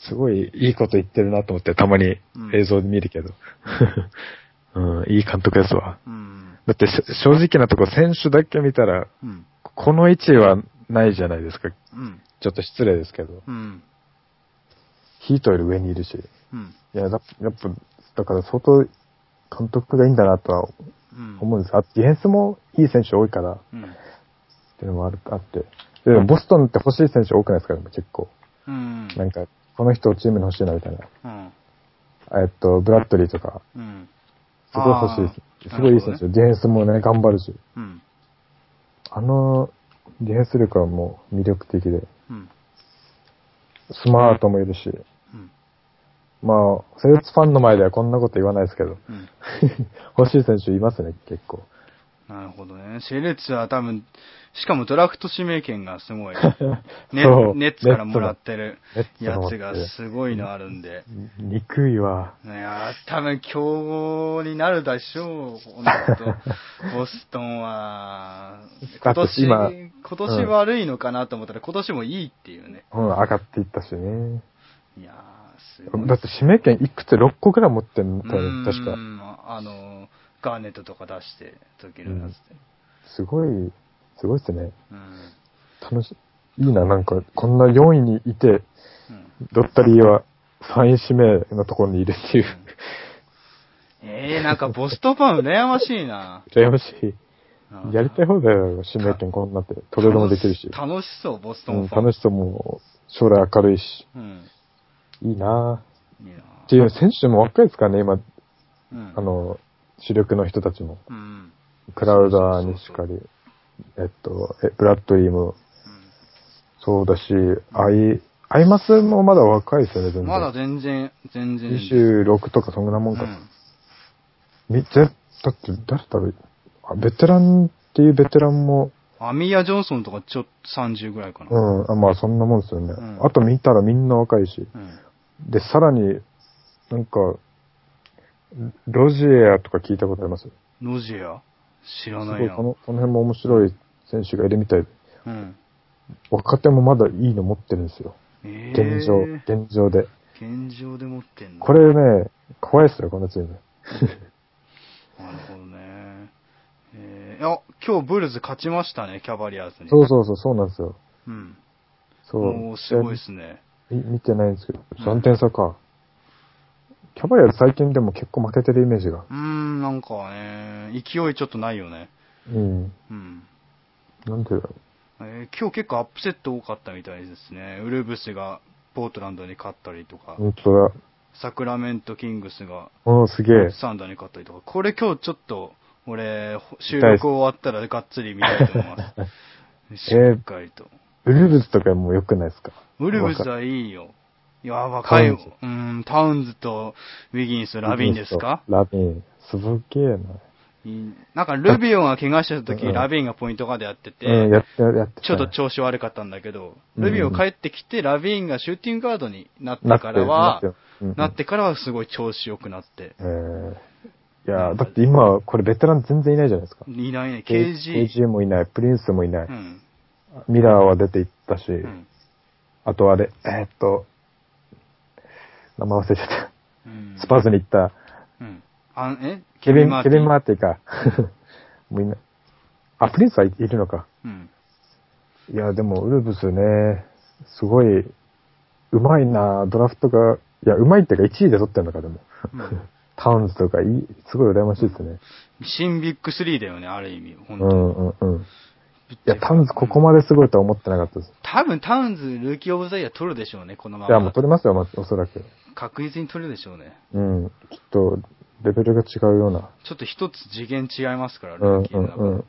Speaker 2: すごいいいこと言ってるなと思って、たまに
Speaker 1: うん
Speaker 2: 映像で見るけど。 うん、いい監督ですわ。
Speaker 1: うん。
Speaker 2: だってし、正直なとこ、選手だけ見たら、
Speaker 1: うん。
Speaker 2: この位置はないじゃないですか。
Speaker 1: うん。
Speaker 2: ちょっと失礼ですけど。
Speaker 1: うん。
Speaker 2: ヒートより上にいるし。
Speaker 1: うん。
Speaker 2: いや、だやっぱ、だから相当、監督がいいんだなとは
Speaker 1: うん。
Speaker 2: 思うんです。あと、ディフェンスもいい選手多いから、っ
Speaker 1: うん。
Speaker 2: ていうのもあるあって。でも、ボストンって欲しい選手多くないですか、でも結構。
Speaker 1: うん。
Speaker 2: なんか、この人をチームに欲しいな、みたいな。
Speaker 1: うん。
Speaker 2: えっと、ブラッドリーとか、
Speaker 1: うん。
Speaker 2: すごい欲しいです。すごいいい選手。
Speaker 1: あー
Speaker 2: ディフェンスもね、頑張るし。
Speaker 1: うん。
Speaker 2: あの、ディフェンス力はもう魅力的で、
Speaker 1: うん。
Speaker 2: スマートもいるし、
Speaker 1: うん。
Speaker 2: まあ、セールスファンの前ではこんなこと言わないですけど、
Speaker 1: うん。
Speaker 2: 欲しい選手いますね、結構。
Speaker 1: なるほどね。シェルツは多分、しかもドラフト指名権がす ごい。ね
Speaker 2: そう、
Speaker 1: ネッツからもらってる
Speaker 2: ネッツ
Speaker 1: や
Speaker 2: の
Speaker 1: つがすごいのあるんで。
Speaker 2: 憎いわ。
Speaker 1: いやー多分競合になるでしょう、本 当ボストンは。今
Speaker 2: だって
Speaker 1: 年、
Speaker 2: 今
Speaker 1: 今年悪いのかなと思ったら、今年もいいっていうね。
Speaker 2: うん、上がっていったしね。
Speaker 1: いやーすごい。
Speaker 2: だって指名権いくつ ?6 個くらい持ってんの、
Speaker 1: う
Speaker 2: 多分確か。
Speaker 1: ーんあの、ガーネットとか出して、時のやつで。
Speaker 2: すごい、すごいですね。
Speaker 1: うん。
Speaker 2: 楽し、いいな、なんか、こんな4位にいて、
Speaker 1: うん
Speaker 2: ロッタリーは3位指名のところにいるっていう、
Speaker 1: えー、なんかボストンファン羨ましいな。
Speaker 2: 羨ましい。やりたい
Speaker 1: い
Speaker 2: 放題だよ、指名権こんなって。トレードもできるし。
Speaker 1: 楽しそう、ボスト
Speaker 2: う
Speaker 1: ン
Speaker 2: ん、
Speaker 1: ファン。
Speaker 2: 楽しそうも、将来明るいし。
Speaker 1: うん。
Speaker 2: いいなぁ。
Speaker 1: いいな
Speaker 2: っていう、選手も若いですからね、今、
Speaker 1: うん
Speaker 2: あ、の、主力の人たちも。
Speaker 1: うん。うん
Speaker 2: クラウダーにしかり、えっと、えブラッドリーもそうだし、アイ、アイマスもまだ若いですよね、全然。
Speaker 1: まだ全然、全然。
Speaker 2: 26とかそんなもん
Speaker 1: う
Speaker 2: か。
Speaker 1: ん。
Speaker 2: みぜだって誰だろうあ、ベテランっていうベテランも、
Speaker 1: アミヤ・ジョンソンとかちょっと30ぐらいか
Speaker 2: う
Speaker 1: な。
Speaker 2: ん、あまあそんなもんですよね。
Speaker 1: うん
Speaker 2: あと見たらみんな若いし。
Speaker 1: うん。
Speaker 2: で、さらに、なんか、ロジエアとか聞いたことあります
Speaker 1: ロジア知ら
Speaker 2: す
Speaker 1: な
Speaker 2: ご
Speaker 1: い
Speaker 2: い
Speaker 1: な。
Speaker 2: この、この辺も面白い選手がいるみたいで、
Speaker 1: うん。
Speaker 2: 若手もまだいいの持ってるんですよ。
Speaker 1: えー、
Speaker 2: 現状、現状で。
Speaker 1: 現状で持ってんの
Speaker 2: これね、怖いですよ、このチーム。
Speaker 1: なるほどね。えー、あ、今日ブルズ勝ちましたね、キャバリアーズに。
Speaker 2: そうそうそう、そうなんですよ。
Speaker 1: うん。
Speaker 2: そう。
Speaker 1: もうすごいですね。
Speaker 2: み見てないんですけど、
Speaker 1: うん
Speaker 2: 3点差か。キャバリアーズ最近でも結構負けてるイメージが。
Speaker 1: うーん、なんかね、勢いちょっとないよね。
Speaker 2: うん。
Speaker 1: うん。
Speaker 2: なんでだろ
Speaker 1: えー今日結構アップセット多かったみたいですね。ウルブスがポートランドに勝ったりとか
Speaker 2: う。、本当だ。
Speaker 1: サクラメントキングスが
Speaker 2: おー、すげえ。
Speaker 1: サンダーに勝ったりとか、これ今日ちょっと、俺、ほ収録終わったらがっつり見たいと思い ます。し
Speaker 2: えー
Speaker 1: っかりと。
Speaker 2: ウルブズとかも良くないですか
Speaker 1: ウルブス
Speaker 2: 若
Speaker 1: はいいよ。いや、若いよ
Speaker 2: タウンズ。
Speaker 1: うん、タウンズとウィギンス、ラビンですか
Speaker 2: ラビン。すごげえな。
Speaker 1: いいなんか、ルビオンが怪我してた時、
Speaker 2: うん
Speaker 1: ラビンがポイントガードやってて、
Speaker 2: うん、やって、やってた。
Speaker 1: ちょっと調子悪かったんだけど、
Speaker 2: うん
Speaker 1: ルビオン帰ってきて、ラビーンがシューティングガードになってから
Speaker 2: な
Speaker 1: は
Speaker 2: ってなってようんうん、
Speaker 1: なってからはすごい調子良くなって、
Speaker 2: えーいやーだって今、これベテラン全然いないじゃないですか。
Speaker 1: いないね、
Speaker 2: ケ
Speaker 1: KG。
Speaker 2: KG もいない、プリンスもいない、
Speaker 1: うん。
Speaker 2: ミラーは出ていったし、
Speaker 1: うん。
Speaker 2: あとあれ、えーっと、名前忘れちゃった。
Speaker 1: うん
Speaker 2: スパーズに行った、
Speaker 1: うん。あえ
Speaker 2: ケビン、ケ
Speaker 1: マ
Speaker 2: ビン・
Speaker 1: ー
Speaker 2: マーティか。 もういない。あ、プリンスはいいるのか。
Speaker 1: ティン。
Speaker 2: いや、でも、ウルブスね、すごい、うまいなドラフトが、いや、うまいっていうか、1位で取ってるのか、でも。
Speaker 1: うん。うん
Speaker 2: タウンズとかいい、すごい羨ましいですね。
Speaker 1: 新ビッグ3だよね、ある意味。本
Speaker 2: う
Speaker 1: 当に。
Speaker 2: んうんうん。いや、タウンズここまですごいとは思ってなかったです。
Speaker 1: 多分タウンズ、ルーキーオブザイヤー取るでしょうね、このま
Speaker 2: いや、もう
Speaker 1: ま。
Speaker 2: 取れますよ、まおそらく。
Speaker 1: 確実に取るでしょうね。
Speaker 2: うん。ちょっと、レベルが違うような。
Speaker 1: ちょっと一つ次元違いますから、ル
Speaker 2: う
Speaker 1: ー
Speaker 2: んう
Speaker 1: キーの中で。
Speaker 2: ん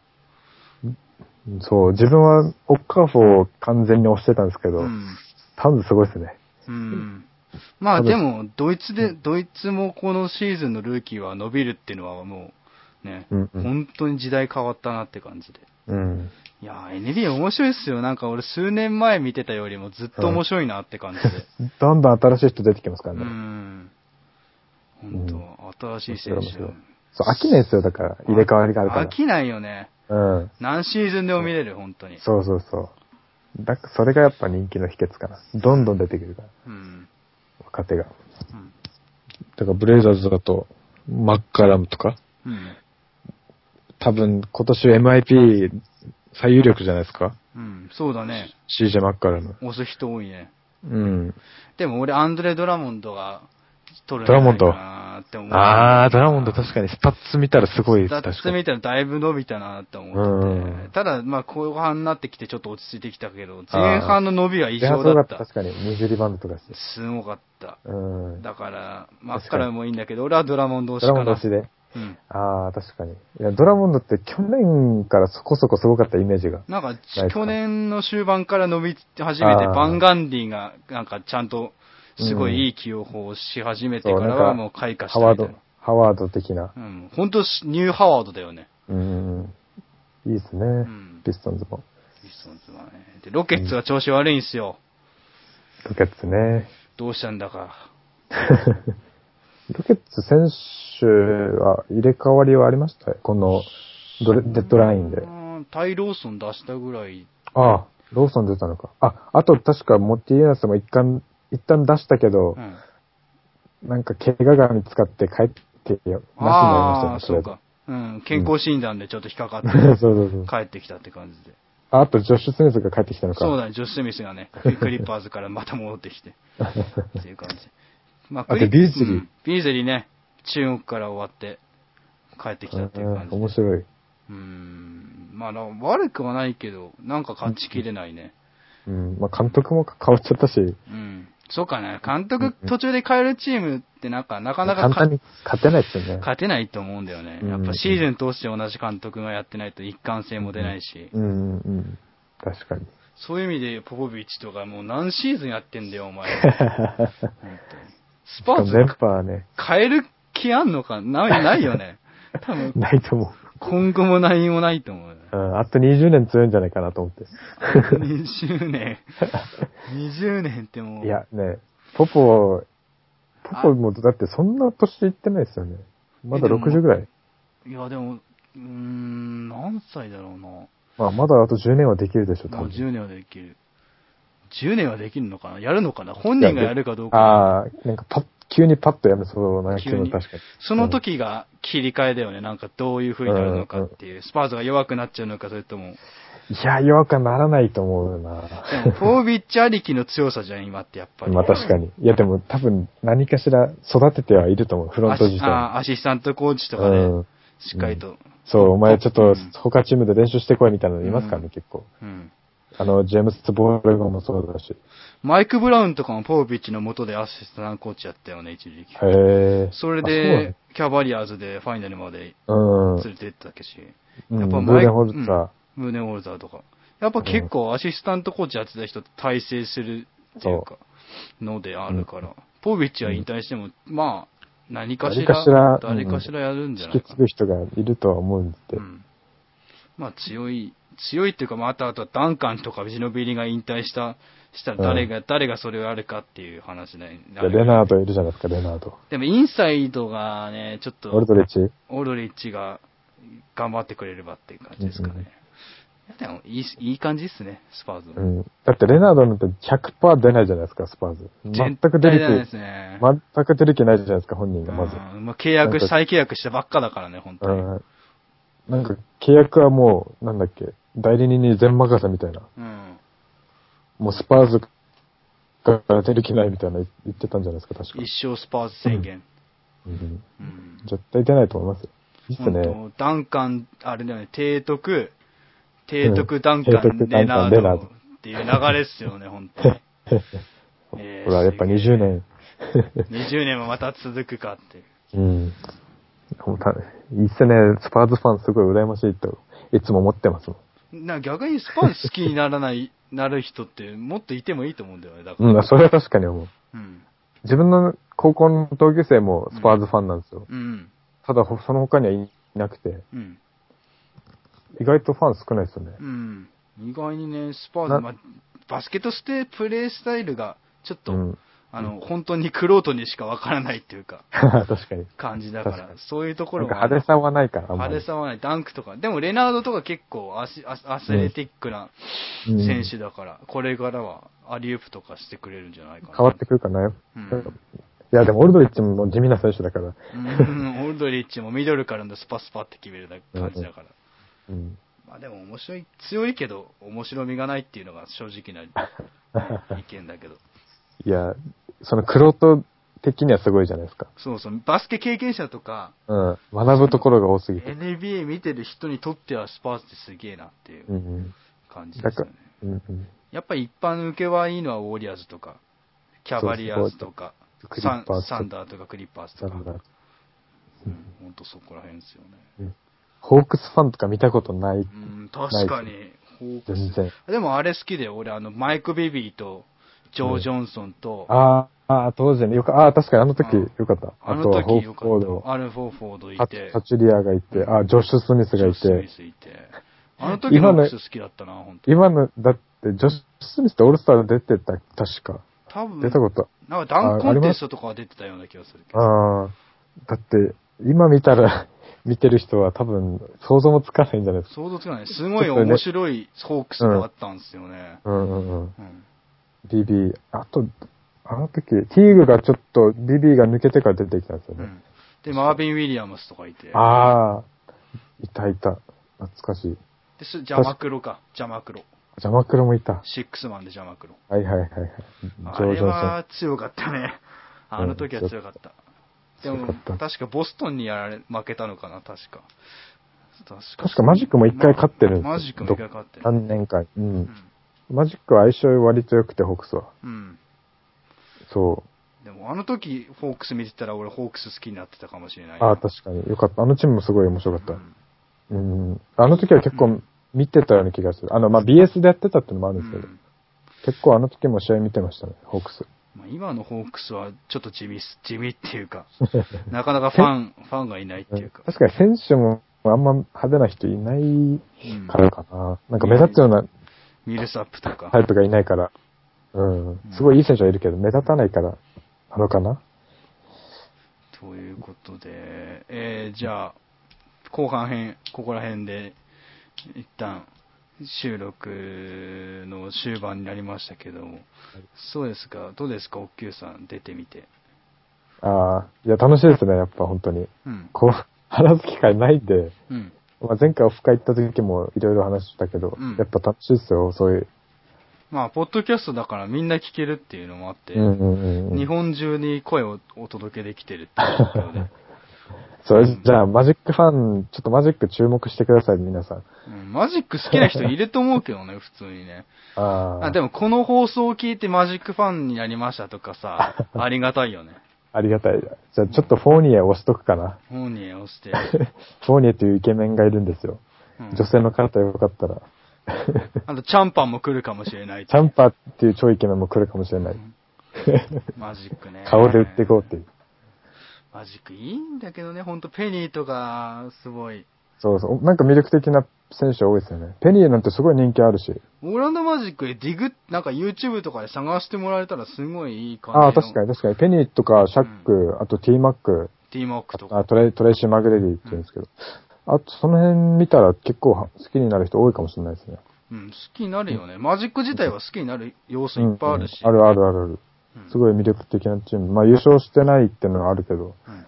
Speaker 2: うん。そう、自分は、オッカーフォーを完全に押してたんですけど、
Speaker 1: うん。
Speaker 2: タウンズすごいですね。
Speaker 1: うんまあ
Speaker 2: 多分
Speaker 1: でも、ドイツで、ドイツもこのシーズンのルーキーは伸びるっていうのはもう、ね、
Speaker 2: うんうん
Speaker 1: 本当に時代変わったなって感じで。
Speaker 2: うん。
Speaker 1: いやー、NBA 面白いっすよ。なんか俺数年前見てたよりもずっと面白いなって感じで。
Speaker 2: どんどん新しい人出てきますか
Speaker 1: う
Speaker 2: らね。
Speaker 1: ん。本当、新しい選
Speaker 2: 面
Speaker 1: 手
Speaker 2: 白い面白いそう、飽きないですよ、だから。入れ替わりがあるから。
Speaker 1: 飽きないよね。
Speaker 2: うん。
Speaker 1: 何シーズンでも見れる、本当に。
Speaker 2: そうそうそう。だそれがやっぱ人気の秘訣かな。どんどん出てくるから、
Speaker 1: うん。
Speaker 2: 若手が。だ
Speaker 1: うん
Speaker 2: からブレイザーズだと、マッカラムとか、
Speaker 1: うん。
Speaker 2: 多分今年 MIP 最有力じゃないですか。
Speaker 1: うん。そうだね。
Speaker 2: CJ マッカラム。
Speaker 1: 押す人多いね。
Speaker 2: うん。
Speaker 1: でも俺、アンドレ・ドラモンドが取る
Speaker 2: ドラモンド
Speaker 1: なーって思う。
Speaker 2: あー、ドラモンド確かにスタッツ見たらすごいです、
Speaker 1: だって
Speaker 2: 確かに
Speaker 1: 見。たらだいぶ伸びたなって思ってて、
Speaker 2: うん
Speaker 1: ただ、まあ、後半になってきてちょっと落ち着いてきたけど、
Speaker 2: あー
Speaker 1: 前半の伸びは異
Speaker 2: 前半
Speaker 1: 常
Speaker 2: すご
Speaker 1: だ
Speaker 2: か
Speaker 1: っ
Speaker 2: った、
Speaker 1: た。
Speaker 2: 確かに。20リバウンドとかして。
Speaker 1: すごかった。
Speaker 2: うん。ド
Speaker 1: だから、マッカラムもいいんだけど、俺はドラモン同士
Speaker 2: ラモ
Speaker 1: か
Speaker 2: ンド
Speaker 1: な
Speaker 2: 推。しで。
Speaker 1: うん。
Speaker 2: ああ、確かに。いや、ドラモンドって去年からそこそこすごかったイメージが。
Speaker 1: なんか
Speaker 2: すか、
Speaker 1: 去年の終盤から伸び始めて、
Speaker 2: あー
Speaker 1: バンガンディが、なんかちゃんと、すごいいい起用法をし始めてからはもう開花し
Speaker 2: ハ
Speaker 1: た
Speaker 2: ワ
Speaker 1: み
Speaker 2: ー
Speaker 1: たい
Speaker 2: ド
Speaker 1: な。、
Speaker 2: ハワード的な
Speaker 1: う。ん。本当ニューハワードだよね。
Speaker 2: うん。いいですね、
Speaker 1: ん
Speaker 2: ピストンズも。
Speaker 1: ピストンズはね。で、ロケッツが調子悪いんすよ。
Speaker 2: ロケッツね。
Speaker 1: どうしたんだか。
Speaker 2: ロケッツ選手は入れ替わりはありましたこのドレデッドラインで。
Speaker 1: うんタイ・ローソン出したぐらい。
Speaker 2: ああ、ローソン出たのか。あ、あと確かモッティ・ユナスも一旦、一旦出したけど
Speaker 1: う、ん。
Speaker 2: なんか怪我が見つかって帰ってよ、な
Speaker 1: ああー、
Speaker 2: し
Speaker 1: そ
Speaker 2: になりま
Speaker 1: う
Speaker 2: し
Speaker 1: か。
Speaker 2: たね
Speaker 1: うん。健康診断でちょっと引っかかって、
Speaker 2: とりあえず。そうそうそう。
Speaker 1: 帰ってきたって感じで。
Speaker 2: あ、あとジョッシュ・スミスが帰ってきたのか。
Speaker 1: そうだね、ジョッシュ・スミスが ね、クリッパーズからまた戻ってきて、っていう感じ。ま
Speaker 2: あとビーズリー
Speaker 1: うんビーズリーね、中国から終わって帰ってきたっていう感
Speaker 2: あー
Speaker 1: じ。
Speaker 2: 面白い。
Speaker 1: うーん、まあな、悪くはないけど、なんか勝ちきれないね。
Speaker 2: うん。まあ、監督も変わっちゃったし、
Speaker 1: うん。そうかね、監督途中で変えるチームってなんか、なかなか
Speaker 2: 簡単に勝てないですよね。
Speaker 1: 勝てないと思うんだよね。
Speaker 2: うん
Speaker 1: やっぱシーズン通して同じ監督がやってないと一貫性も出ないし、
Speaker 2: うんうんうん。確かに。
Speaker 1: そういう意味でポポビッチとかもう何シーズンやってんだよ、お 前。本当にスパー
Speaker 2: 連
Speaker 1: ズ
Speaker 2: 覇はね、
Speaker 1: 変える気あんのかない、ないよね。多分、
Speaker 2: ないと思う。
Speaker 1: 今後も何もないと思うよね。
Speaker 2: うん、あと20年強いんじゃないかなと思って。
Speaker 1: 20年。20年ってもう。
Speaker 2: いや、ね、ポポ、ポポもだってそんな年いってないですよね。まだ
Speaker 1: えでも
Speaker 2: 60ぐらい。
Speaker 1: いや、でも、うーん、何歳だろうな。も
Speaker 2: まあ、まだあと10年はできるでしょ、
Speaker 1: う
Speaker 2: 多分。
Speaker 1: 10年はできる。10年はできるのかなやるのかな本人がやるかどうか。
Speaker 2: ああ、なんかパッ、急にパッとやめそうな気
Speaker 1: 急
Speaker 2: も
Speaker 1: に
Speaker 2: 確かに。
Speaker 1: その時が切り替えだよね。なんかどういう風になるのかっていう。スパーズが弱くなっちゃうのか、それとも。
Speaker 2: いや、弱くはならないと思うな。
Speaker 1: でも、ポービッチありきの強さじゃん、今ってやっぱり。
Speaker 2: まあ確かに。いや、でも多分何かしら育ててはいると思う、フロント自体。
Speaker 1: あアシスタントコーチとか
Speaker 2: う
Speaker 1: ね
Speaker 2: ん、
Speaker 1: しっかりと。
Speaker 2: そう、お前ちょっ
Speaker 1: う
Speaker 2: と
Speaker 1: ん
Speaker 2: 他チームで練習してこいみたいなのいますから
Speaker 1: う
Speaker 2: ね、
Speaker 1: ん
Speaker 2: 結構。
Speaker 1: うん。
Speaker 2: あの、ジェームス・ボールゴンもそうだし。へ
Speaker 1: マイク・ブラウンとかもポービッチの元でアシスタントコーチやったよね、一時期。
Speaker 2: え。
Speaker 1: それ
Speaker 2: あ
Speaker 1: で、キャバリアーズでファイナルまで
Speaker 2: そうなんだ
Speaker 1: 連れてってたけし、
Speaker 2: うん。
Speaker 1: やっぱ
Speaker 2: うんブー
Speaker 1: 前
Speaker 2: デンホルツァー、
Speaker 1: ムーネン・オールザーとか。やっぱ結構アシスタントコーチやってた人と対戦するっていうか、のであるから、ポービッチは引退しても、まあ、何かし
Speaker 2: 誰かしら
Speaker 1: ら、誰かしらやるんじゃない
Speaker 2: 引き
Speaker 1: か
Speaker 2: 継
Speaker 1: な
Speaker 2: ぐ。人がいるとは思うんで。
Speaker 1: うん。まあ強い、強いっていうか、まああとあとはダンカンとかジノビリが引退した、したら誰が、誰がそれをやるかっていう話だよね。
Speaker 2: いやレナードいるじゃないですか、レナード。
Speaker 1: でもインサイドがね、ちょっと、
Speaker 2: オルドレッチ
Speaker 1: オードリッチが頑張ってくれればっていう感じですかね。でもいい、いい感じですね、スパーズも。
Speaker 2: うん。だってレナードなんて100%出ないじゃないですか、スパーズ。全く出
Speaker 1: 絶対
Speaker 2: る
Speaker 1: じゃないです
Speaker 2: 気、
Speaker 1: ね。
Speaker 2: 全く出る気ないじゃないですか、本人がまず。
Speaker 1: うんまあ、契約
Speaker 2: なんか
Speaker 1: し、再契約したばっかだからね、本当
Speaker 2: う
Speaker 1: に。うん。
Speaker 2: ん。なんか契約はもう、なんだっけ、代理人に全任せみたいな。もうスパーズが出る気ないみたいな言ってたんじゃないですか、確か。
Speaker 1: 一生スパーズ宣言。
Speaker 2: うん、
Speaker 1: うん。
Speaker 2: 絶対出ないと思いますよ。いいっすね。
Speaker 1: 本当ダンカン、あれだよね、提督、提督、ダンカ
Speaker 2: 提督
Speaker 1: ン、レナ
Speaker 2: ダンカンレ
Speaker 1: ー
Speaker 2: ナー
Speaker 1: ド
Speaker 2: ド
Speaker 1: っていう流れっす よね、本当に。
Speaker 2: こ
Speaker 1: えー
Speaker 2: れはやっぱ20年。
Speaker 1: 20年もまた続くかっていう。
Speaker 2: うん。ほんといいっすね。スパーズファンすごい羨ましいと、いつも思ってますも
Speaker 1: な逆にスパン好きにならない、なる人ってもっといてもいいと思うんだよね、だから。
Speaker 2: ん。うん、それは確かに思う。
Speaker 1: うん。
Speaker 2: 自分の高校の同級生もスパーズファンなんですよ。
Speaker 1: うん。
Speaker 2: ただ、ほその他にはいなくて、
Speaker 1: うん。
Speaker 2: 意外とファン少ないですよね。
Speaker 1: うん。意外にね、スパー
Speaker 2: な
Speaker 1: ズ、まあ、バスケットしてプレースタイルが、ちょっと、
Speaker 2: うん。
Speaker 1: あの、本当にクロートにしかわからないっていうか、
Speaker 2: 確かに。
Speaker 1: 感じだから、
Speaker 2: 確かに
Speaker 1: そういうとこ
Speaker 2: なん
Speaker 1: ろ
Speaker 2: か
Speaker 1: が
Speaker 2: 派手さはないから、あんまり
Speaker 1: 派手さはない、ダンクとか。でも、レナードとか結構アシアスアスレティックな
Speaker 2: うん
Speaker 1: 選手だから、これからはアリウープとかしてくれるんじゃないかな。
Speaker 2: 変わってくるかな。
Speaker 1: うん
Speaker 2: いや、でもオルドリッチも地味な選手だから。
Speaker 1: うん、オールドリッチもミドルからのスパスパって決める感じだ から。
Speaker 2: うん。
Speaker 1: まあでも面白い、強いけど面白みがないっていうのが正直な意見だけど。
Speaker 2: いや、その、クロート的にはすごいじゃないですか。
Speaker 1: そうそう、バスケ経験者とか、
Speaker 2: うん。学ぶところが多すぎて。。
Speaker 1: NBA 見てる人にとってはスパーズってすげえなっていううん感じで
Speaker 2: だ
Speaker 1: す
Speaker 2: か
Speaker 1: よ
Speaker 2: ら
Speaker 1: ね。、
Speaker 2: うんうん。
Speaker 1: やっぱり一般の受けはいいのはウォリアーズとか、キャバリアーズとか
Speaker 2: そう、そう
Speaker 1: サン
Speaker 2: クリッパーズとか
Speaker 1: サンダーとかクリッパーズ
Speaker 2: な
Speaker 1: と
Speaker 2: んだ
Speaker 1: か、ほんとそこら辺ですよね。。
Speaker 2: うんホークスファンとか見たことないう
Speaker 1: ん、確かに、ホーク
Speaker 2: 全然
Speaker 1: ス。でもあれ好きで、俺、あの、マイク・ビビーと、ジョー・ジョンソンと、
Speaker 2: あーあー、当時ね。よか、ああー、確かにあの時
Speaker 1: うん
Speaker 2: よかった。
Speaker 1: あの
Speaker 2: とはホ
Speaker 1: 時
Speaker 2: ー
Speaker 1: よ
Speaker 2: クフォー
Speaker 1: かっ
Speaker 2: ド
Speaker 1: た。アルフォーフォードい
Speaker 2: タ
Speaker 1: て、
Speaker 2: タチュリアがいて、あージョッシュ・スミ
Speaker 1: ジ
Speaker 2: スが
Speaker 1: ョ
Speaker 2: い
Speaker 1: ースミ
Speaker 2: て、
Speaker 1: スいて。あの時のホークス好きだったな、本当
Speaker 2: 今の、だって、ジョッシュ・スミスってオールスター出てた、確か。
Speaker 1: 多分、
Speaker 2: 出たこと。
Speaker 1: なんかダンコンテストとかは出てたような気がするけど。
Speaker 2: ああ、だって、今見たら、 見てる人は多分、想像もつかないんじゃないですか。
Speaker 1: 想像つかない。すごい面白いホークスがあったんですよね。
Speaker 2: うんうんう
Speaker 1: う
Speaker 2: ん。
Speaker 1: ん。
Speaker 2: BB、あと、あの時、ティーグがちょっと、BB が抜けてから出てきたんですよ
Speaker 1: う
Speaker 2: ね。
Speaker 1: ん。で、マービン・ウィリアムスとかいて。
Speaker 2: ああ、いたいた。懐かしい。
Speaker 1: ですジャマクロか。ジャマクロ。
Speaker 2: ジャマクロもいた。
Speaker 1: シックスマンでジャマクロ。
Speaker 2: はいはいはいはい。
Speaker 1: あ
Speaker 2: ジョー
Speaker 1: れ
Speaker 2: ジョン
Speaker 1: は強かったね。あの時は強かった。で
Speaker 2: ソン。強
Speaker 1: も
Speaker 2: かっ、た。
Speaker 1: 確かボストンにやられ、負けたのかな、確か。確か
Speaker 2: 確かマジックも一回勝ってるんですよ
Speaker 1: マジックも一回勝ってる。
Speaker 2: 何年か。う。
Speaker 1: うんん
Speaker 2: マジックは相性割と良くて、ホークスは。
Speaker 1: うん。
Speaker 2: そう。
Speaker 1: でも、あの時、ホークス見てたら、俺、ホークス好きになってたかもしれない。
Speaker 2: ああ、確かに。よかった。あのチームもすごい面白かった
Speaker 1: う。ん
Speaker 2: うん。あの時は結構見てたような気がする。あの、まあ、BS でやってたってのもあるんですけ
Speaker 1: う、
Speaker 2: ど
Speaker 1: ん
Speaker 2: 結構あの時も試合見てましたね、ホークス。
Speaker 1: まあ、今のホークスは、ちょっと地味っす、地味っていう か、なかなかファン、ファンがいないっていうか。
Speaker 2: 確かに選手もあんま派手な人いない
Speaker 1: うん
Speaker 2: からかな。なんか目立つような
Speaker 1: ミルスアップとか
Speaker 2: タ。イプがいないから。うん。すごいいい選手はいるけど、目立たないからなのかな。
Speaker 1: ということで、えーじゃあ、後半編、ここら辺で、一旦、収録の終盤になりましたけども、そうですか、どうですか、おっきゅうさん、出てみて。
Speaker 2: ああ、いや、楽しいですね、やっぱ本当に。
Speaker 1: うん。
Speaker 2: こう、話す機会ないんで、
Speaker 1: うん。
Speaker 2: まあ、前回オフ会行った時もいろいろ話したけど、
Speaker 1: うん
Speaker 2: やっぱ楽しいですよ、そういう。
Speaker 1: まあ、ポッドキャストだからみんな聞けるっていうのもあって、
Speaker 2: うんうんうんうん
Speaker 1: 日本中に声をお届けできてるっていう状 況で、
Speaker 2: それじゃあ、マジックファン、ちょっとマジック注目してください、皆さん。
Speaker 1: うんマジック好きな人いると思うけどね、普通にね。
Speaker 2: ああ
Speaker 1: あでも、この放送を聞いてマジックファンになりましたとか さ、ありがたいよね。
Speaker 2: ありがたい。じゃあ、ちょっとフォーニエ押しとくかな。
Speaker 1: 本に押 して、
Speaker 2: フォーニエというイケメンがいるんですよ。
Speaker 1: うん
Speaker 2: 女性の方よかったら。
Speaker 1: あと、チャンパンも来るかもしれない
Speaker 2: チ。ャンパーっていう超イケメンも来るかもしれない。
Speaker 1: マジックね。
Speaker 2: 顔で売っていこうっていう。
Speaker 1: マジックいいんだけどね、ほんと、ペニーとか、すごい。
Speaker 2: そうそう。なんか魅力的な選手多いですよね。ペニーなんてすごい人気あるし。
Speaker 1: オーランドマジックでディグ、なんか YouTube とかで探してもらえたらすごいいい感じの。
Speaker 2: ああ、確かに確かに。ペニーとかシャック、あとティーマック、
Speaker 1: ティーマークと
Speaker 2: あ
Speaker 1: か。
Speaker 2: トレイトレイシー・マグレディって言うんですけど。あと、その辺見たら結構好きになる人多いかもしれないですね。
Speaker 1: うん、好きになるよね。マジック自体は好きになる要素いっぱいあるし。
Speaker 2: うんうんあるあるあるあ
Speaker 1: うん
Speaker 2: る。すごい魅力的なチーム。まあ優勝してないってのはあるけど、
Speaker 1: うん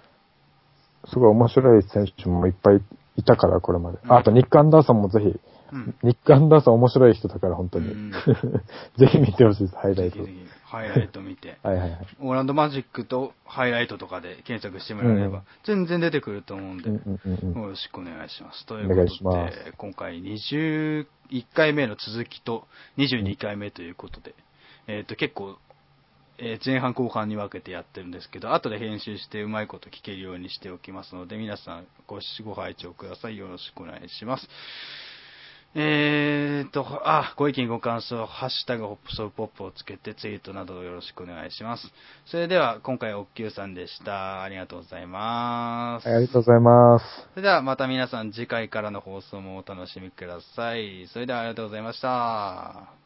Speaker 2: すごい面白い選手もいっぱいいたから、これまで。
Speaker 1: うん
Speaker 2: ああと、ニック・アンダーソンもぜひ。
Speaker 1: うん。
Speaker 2: ニック・アンダーソン面白い人だから、本当に。
Speaker 1: うん
Speaker 2: ぜひ見てほしいです、ハイラ
Speaker 1: ぜ
Speaker 2: イ
Speaker 1: ひ
Speaker 2: ト。
Speaker 1: ぜひ、ハイライト見て。
Speaker 2: はいはいはい。
Speaker 1: オーランドマジックとハイライトとかで検索してもらえれば、全然出てくると思うんで、
Speaker 2: うんうんうんうん
Speaker 1: よろしくお願いします。とい
Speaker 2: 願い
Speaker 1: こ
Speaker 2: う
Speaker 1: とで、
Speaker 2: します
Speaker 1: 今回21回目の続きと22回目ということで、えっ、と、結構、えー前半後半に分けてやってるんですけど、後で編集してうまいこと聞けるようにしておきますので、皆さんご視ご拝聴ください。よろしくお願いします。えーっと、あ、ご意見ご感想、ハッシュタグホップソーポップをつけてツイートなどよろしくお願いします。それでは、今回おっきゅうさんでした。ありがとうございます。
Speaker 2: はいありがとうございます。
Speaker 1: それではまた皆さん次回からの放送もお楽しみください。それではありがとうございました。